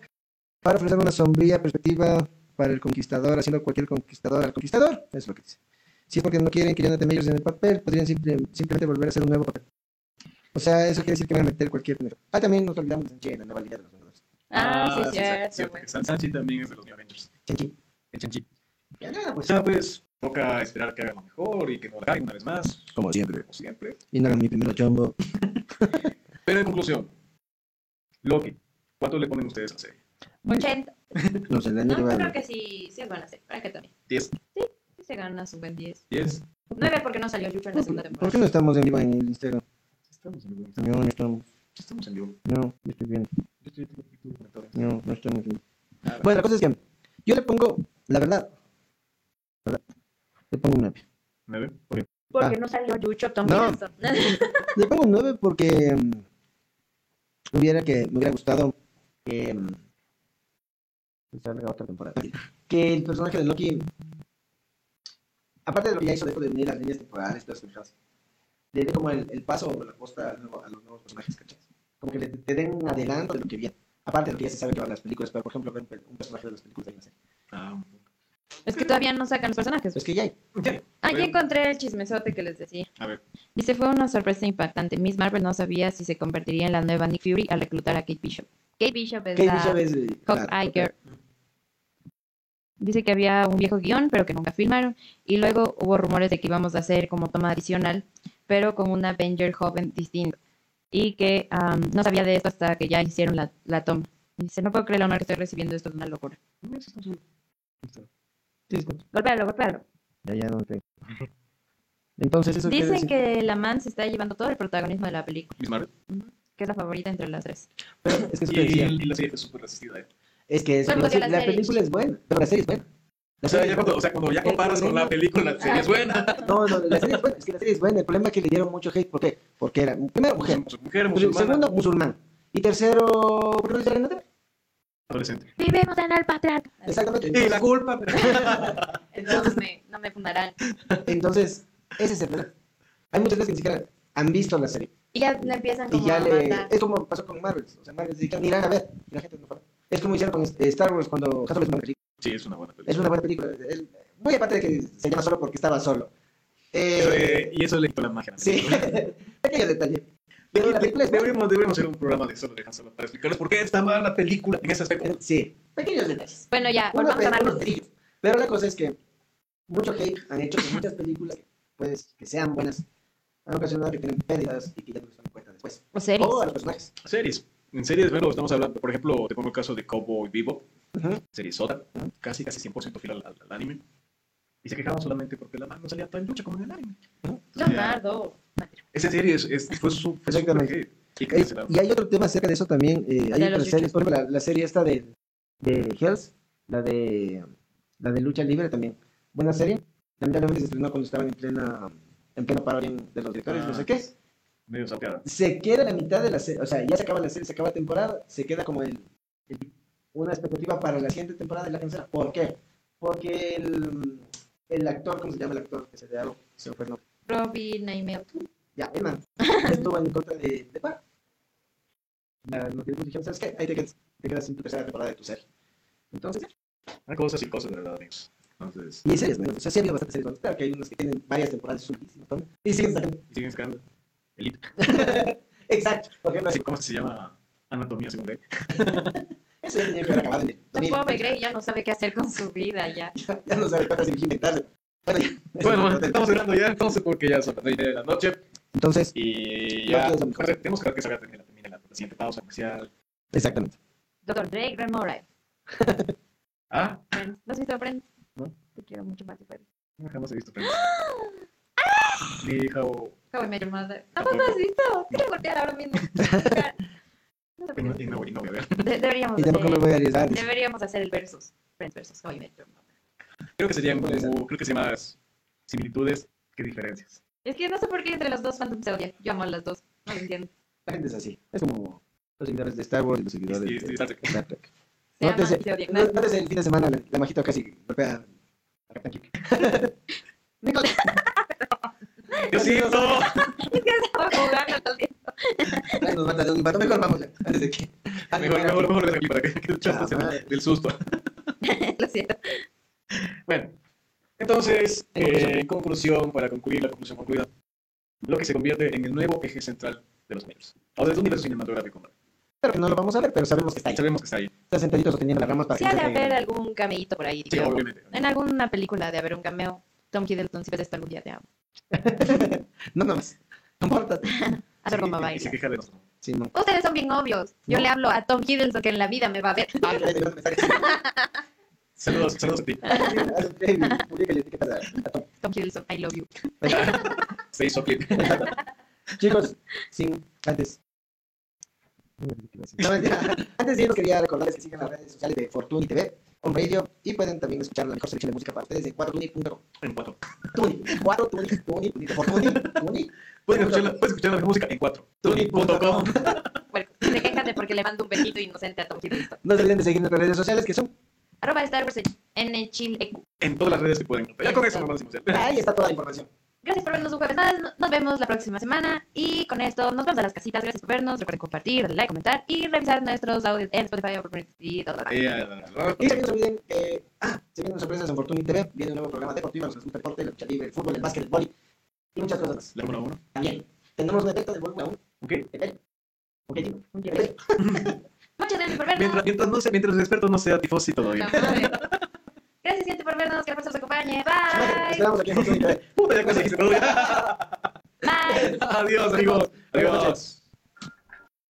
Speaker 8: para ofrecer una sombría perspectiva para el conquistador, haciendo cualquier conquistador al conquistador, es lo que dice. Si es porque no quieren que Jonathan Majors en el papel, podrían simple- simplemente volver a hacer un nuevo papel. O sea, eso quiere decir que van a meter cualquier... Ah, también nos olvidamos de Shang-Chi, la nueva liga de los Vengadores.
Speaker 7: Ah, sí,
Speaker 6: exacto,
Speaker 7: es
Speaker 6: cierto.
Speaker 7: cierto.
Speaker 6: que San Sanchi también es de los New Avengers.
Speaker 8: Shang-Chi.
Speaker 6: El Chanchi.
Speaker 8: Ya nada,
Speaker 6: O
Speaker 8: pues.
Speaker 6: sea, pues, toca esperar que haga lo mejor y que no la caiga una vez más,
Speaker 8: Como siempre.
Speaker 6: como siempre.
Speaker 8: Y no hagan mi primero chombo.
Speaker 6: Pero en conclusión, Loki, ¿cuánto le ponen ustedes a la serie?
Speaker 7: Ochenta.
Speaker 8: No sé,
Speaker 7: No,
Speaker 8: Daniel le va
Speaker 7: yo
Speaker 8: a-
Speaker 7: creo que sí, sí es buena serie. ¿Para qué también?
Speaker 6: 10,
Speaker 7: Sí se gana su buen 10.
Speaker 6: 10.
Speaker 7: 9 porque no salió Yucho en la segunda
Speaker 8: ¿Por
Speaker 7: temporada.
Speaker 8: qué no estamos en vivo en el Instagram?
Speaker 6: Estamos en vivo.
Speaker 8: No, no estamos.
Speaker 6: Estamos en vivo.
Speaker 8: No, yo estoy bien.
Speaker 6: Yo estoy un poquito conectado.
Speaker 8: No, no estamos bien. Bueno, la cosa es que yo le pongo, la verdad, la verdad, le pongo un 9.
Speaker 6: ¿Nueve? ¿Por qué?
Speaker 7: Porque no salió Yucho, Tom
Speaker 8: No.
Speaker 7: Hiddleston.
Speaker 8: Le pongo un 9 porque mm, hubiera que, me hubiera gustado que, mm, que salga otra temporada. Que el personaje de Loki, aparte de lo que ya hizo, dejó de unir las líneas temporales, todo eso, ¿sabes? le dé como el, el paso o la posta al nuevo- a, los nuevos personajes, ¿cachai? Como que le, te den un adelanto de lo que viene. Aparte de lo que ya se sabe que van las películas, pero por ejemplo, ver un, pe- un personaje de las películas de una serie.
Speaker 6: Ah,
Speaker 7: Es que todavía no sacan los personajes.
Speaker 8: Es que ya hay.
Speaker 7: Aquí
Speaker 6: Bueno.
Speaker 7: Ah, encontré el chismesote que les decía.
Speaker 6: a ver.
Speaker 7: Dice, fue una sorpresa impactante. Miss Marvel no sabía si se convertiría en la nueva Nick Fury al reclutar a Kate Bishop. Kate Bishop es
Speaker 8: Kate
Speaker 7: la
Speaker 8: Bishop es. eh,
Speaker 7: Hawkeye
Speaker 8: claro,
Speaker 7: Girl. Dice que había un viejo guión, pero que nunca filmaron. Y luego hubo rumores de que íbamos a hacer como toma adicional, pero con un Avenger joven distinto. Y que am, no sabía de esto hasta que ya hicieron la, la toma. Dice, no puedo creer la honor que estoy recibiendo, esto es una locura. Golpéalo, golpéalo.
Speaker 8: Ya, ya no te- Entonces, eso quiere
Speaker 7: Dicen
Speaker 8: decir-
Speaker 7: que la man se está llevando todo el protagonismo de la película,
Speaker 6: Miss Marvel.
Speaker 7: que es la favorita entre las tres.
Speaker 8: Pero es que eso
Speaker 6: Y,
Speaker 8: te decía.
Speaker 6: y la serie fue súper resistida. ¿eh?
Speaker 8: Es que es-
Speaker 7: Solo
Speaker 8: la,
Speaker 7: que la
Speaker 8: la
Speaker 7: serie.
Speaker 8: película es buena, pero la serie es buena. La
Speaker 6: O sea,
Speaker 8: serie
Speaker 6: ya
Speaker 8: es
Speaker 6: cuando, o sea, cuando ya comparas con la película, la serie es buena.
Speaker 8: No, no, la serie es buena, es que la serie es buena. El problema es que le dieron mucho hate, ¿por qué? Porque era, primero, mujer,
Speaker 6: Mujer musulmana,
Speaker 8: segundo, musulmán, y tercero, ¿por qué no le hicieron nada?
Speaker 6: adolescente.
Speaker 7: Vivimos en el patriarca.
Speaker 8: Exactamente.
Speaker 6: Y la culpa, pero...
Speaker 7: Entonces me- no me fundarán.
Speaker 8: Entonces, ese es el problema. Hay muchas veces que ni siquiera han visto la serie.
Speaker 7: Y ya la empiezan
Speaker 8: Y
Speaker 7: como
Speaker 8: ya
Speaker 7: a
Speaker 8: le...
Speaker 7: matar.
Speaker 8: Es como pasó con Marvel. O sea, Marvel se dedica, miran a ver, y la gente no fue. Es como hicieron con eh, Star Wars cuando Han Solo es una película.
Speaker 6: Sí, es una buena película.
Speaker 8: Es una buena película. El- Muy aparte de que se llama solo porque estaba solo.
Speaker 6: Pero,
Speaker 8: Eh,
Speaker 6: eh, y eso le quitó la magia. a la
Speaker 8: sí,
Speaker 6: película.
Speaker 8: pequeño detalle.
Speaker 6: De-
Speaker 8: Pero la
Speaker 6: de-
Speaker 8: película es buena.
Speaker 6: deberíamos, deberíamos hacer un programa de solo de Han Solo para explicarles por qué está mal la película en ese aspecto.
Speaker 8: Sí, Ah, pequeños detalles.
Speaker 7: Bueno, ya,
Speaker 8: Unos
Speaker 7: volvamos a
Speaker 8: pe- unos
Speaker 7: Marvel.
Speaker 8: detalles. Pero la cosa es que mucho hate han hecho que muchas películas pues, que sean buenas han ocasionado que tienen pérdidas y que ya no se dan cuenta después.
Speaker 7: O series.
Speaker 8: O a los personajes.
Speaker 6: Series. En series, bueno, estamos hablando, por ejemplo, te pongo el caso de Cowboy Vivo,
Speaker 8: Ujú.
Speaker 6: serie sota, casi, casi 100% fiel al, al anime. Y se quejaban solamente porque la mano no salía tan lucha como en el anime. Entonces, ya,
Speaker 7: Leonardo.
Speaker 6: Esa serie es, es- fue su. fue súper
Speaker 8: Exactamente.
Speaker 6: hate. Y
Speaker 8: Eh,
Speaker 6: cancelado.
Speaker 8: Y hay otro tema acerca de eso también. eh, hay
Speaker 7: De
Speaker 8: otras
Speaker 7: los
Speaker 8: series, por ejemplo, la, la serie esta de, de Hells, la de, la de Lucha Libre también. Buena serie. Lamentablemente se estrenó cuando estaban en plena en pleno paro bien de los directores, no sé qué.
Speaker 6: Medio salteada.
Speaker 8: Se queda la mitad de la serie, o sea, ya se acaba la serie, se acaba la temporada, se queda como el, el- una expectativa para la siguiente temporada y la cancela. ¿Por qué? Porque el, el actor, ¿cómo se llama el actor? Que se le da- se me fue el nombre.
Speaker 7: Robin, Naimeo.
Speaker 8: Ya, el man estuvo en contra de, de Par. La, los directivos dijeron, ¿sabes qué? Ahí te quedas, te quedas sin tu tercera temporada de tu serie. Entonces,
Speaker 6: Hay cosas y cosas, de verdad, amigos. Entonces,
Speaker 8: y hay series, ¿no? O sea, sí ha habido bastantes series. ¿no? Claro que hay unas que tienen varias temporadas suficientes, ¿no? Y siguen sacando.
Speaker 6: siguen escándalo. Elite.
Speaker 8: Exacto. Por ejemplo,
Speaker 6: Así, ¿Cómo se llama? Anatomía segunda.
Speaker 8: eso ya tenía que haber acabado en el
Speaker 7: La
Speaker 8: 2000.
Speaker 7: pobre Grey ya no sabe qué hacer con su vida ya.
Speaker 8: Ya, ya no sabe cuántas series inventarse. Bueno, ya.
Speaker 6: Bueno, estamos cerrando ya, entonces, porque ya son las 9 de la noche.
Speaker 8: Entonces,
Speaker 6: Y
Speaker 8: Creo
Speaker 6: ya,
Speaker 8: que es lo mejor.
Speaker 6: pues, tenemos que ver que salga también la, termine la, la siguiente pausa comercial.
Speaker 8: exactamente.
Speaker 7: Doctor Drake, Grand Moray.
Speaker 6: Ah,
Speaker 7: Friends. ¿No has visto Friends?
Speaker 6: No.
Speaker 7: Te quiero mucho más. Pero...
Speaker 6: jamás he visto Friends. Mi hija o
Speaker 7: How I Met Your Mother. ¿Tampoco has visto? Quiero golpear ahora mismo. No te
Speaker 6: y no,
Speaker 7: preocupes.
Speaker 6: y no voy y no voy a ver.
Speaker 7: De- deberíamos,
Speaker 8: Y tampoco me
Speaker 7: hacer,
Speaker 8: voy a arriesgar.
Speaker 7: deberíamos hacer el versus. Friends versus How I Met Your Mother.
Speaker 6: Creo que serían
Speaker 8: Puede ser.
Speaker 6: como, creo que serían más similitudes que diferencias.
Speaker 7: Es que no sé por qué entre los dos fandoms se odian. Yo amo a las dos. No lo entiendo.
Speaker 8: La gente es así. Es como los seguidores de Star Wars y los seguidores
Speaker 6: Y- y- y
Speaker 8: de
Speaker 6: Star Trek.
Speaker 8: Star Trek.
Speaker 7: Se aman
Speaker 8: Nótese-
Speaker 7: y se odian.
Speaker 8: no- nótese el fin de semana, la, la majito casi golpea a Capitán Kirk. Nicolás,
Speaker 6: ¡Diosito!
Speaker 7: Es que estaba jugando todo el tiempo.
Speaker 8: ay, nos mata de un impacto. Mejor vamos ya, antes de que. antes
Speaker 6: Mejor,
Speaker 8: de
Speaker 6: mejor, mejor dejar aquí para que, que el chavo se
Speaker 8: madre.
Speaker 6: del susto.
Speaker 7: Lo siento.
Speaker 6: Bueno, entonces, eh, en conclusión, para concluir, la conclusión concluida, lo que se convierte en el nuevo eje central de los medios. O sea, es un universo cinematográfico.
Speaker 8: Claro que no lo vamos a ver, pero sabemos que está ahí.
Speaker 6: Sabemos que está ahí.
Speaker 8: Está sentadito sosteniendo las ramas para
Speaker 7: Si
Speaker 8: que
Speaker 7: ha
Speaker 8: no
Speaker 7: de
Speaker 8: se
Speaker 7: haber
Speaker 8: caiga.
Speaker 7: algún cameíto por ahí.
Speaker 6: Sí,
Speaker 7: yo-
Speaker 6: obviamente.
Speaker 7: En alguna película de haber un cameo. Tom Hiddleston, si ves esto algún día te amo.
Speaker 8: No, no más. Compórtate.
Speaker 7: Hacer como
Speaker 6: Y- y- y se
Speaker 7: baila.
Speaker 6: queja de nosotros.
Speaker 8: Sí, no.
Speaker 7: Ustedes son bien obvios. Yo
Speaker 8: No.
Speaker 7: le hablo a Tom Hiddleston que en la vida me va a ver.
Speaker 8: Ay, ay, ay, me saca.
Speaker 6: Saludos, saludos a ti.
Speaker 8: Haz un premio, publica la etiqueta a Tom.
Speaker 7: Tom Hiddleston, I love you.
Speaker 6: Se hizo clip.
Speaker 8: Chicos, sin antes. No, mentira. antes de irnos quería recordarles que sigan las redes sociales de Fortuny TV, On Radio y pueden también escuchar la mejor selección de música para ustedes en 4tuni.com.
Speaker 6: En cuatro.
Speaker 8: Tuni, 4tuni, Tuni, Tuni, Fortuny, Tuni.
Speaker 6: Pueden escuchar, la, pueden escuchar la música en cuatro. Tuni.com.
Speaker 7: Bueno, se quejan porque le mando un besito inocente a Tom Hiddleston.
Speaker 8: No se olviden de seguir nuestras redes sociales que son.
Speaker 7: Arroba Star Wars en Chile.
Speaker 6: En todas las redes que pueden. Ya con eso nos vamos a decir.
Speaker 8: Ahí está toda la información.
Speaker 7: Gracias por vernos un jueves más. Nos vemos la próxima semana. Y con esto nos vemos a las casitas. Gracias por vernos. Recuerden compartir, darle like, comentar y revisar nuestros audios en Spotify Apple Music y todo lo demás.
Speaker 6: Eh, eh, eh,
Speaker 8: Y también no se olviden que ah, se vienen sorpresas en Fortuny TV. Viene un nuevo programa de Fortuna, nos gusta el deporte, la lucha libre, el fútbol, el básquet, el boli y muchas cosas más.
Speaker 6: La 1 a 1.
Speaker 8: También tenemos una efecto de volumen aún.
Speaker 6: ¿Ok?
Speaker 8: Ok, chicos.
Speaker 7: Muchas gracias por vernos.
Speaker 6: Mientras, mientras, no sea- mientras los expertos no sea tifosi todavía.
Speaker 7: Gracias acompañe. Bye.
Speaker 8: Estábamos aquí en Puta, ya conseguiste todo.
Speaker 7: Bye.
Speaker 6: Adiós, amigos. Adiós.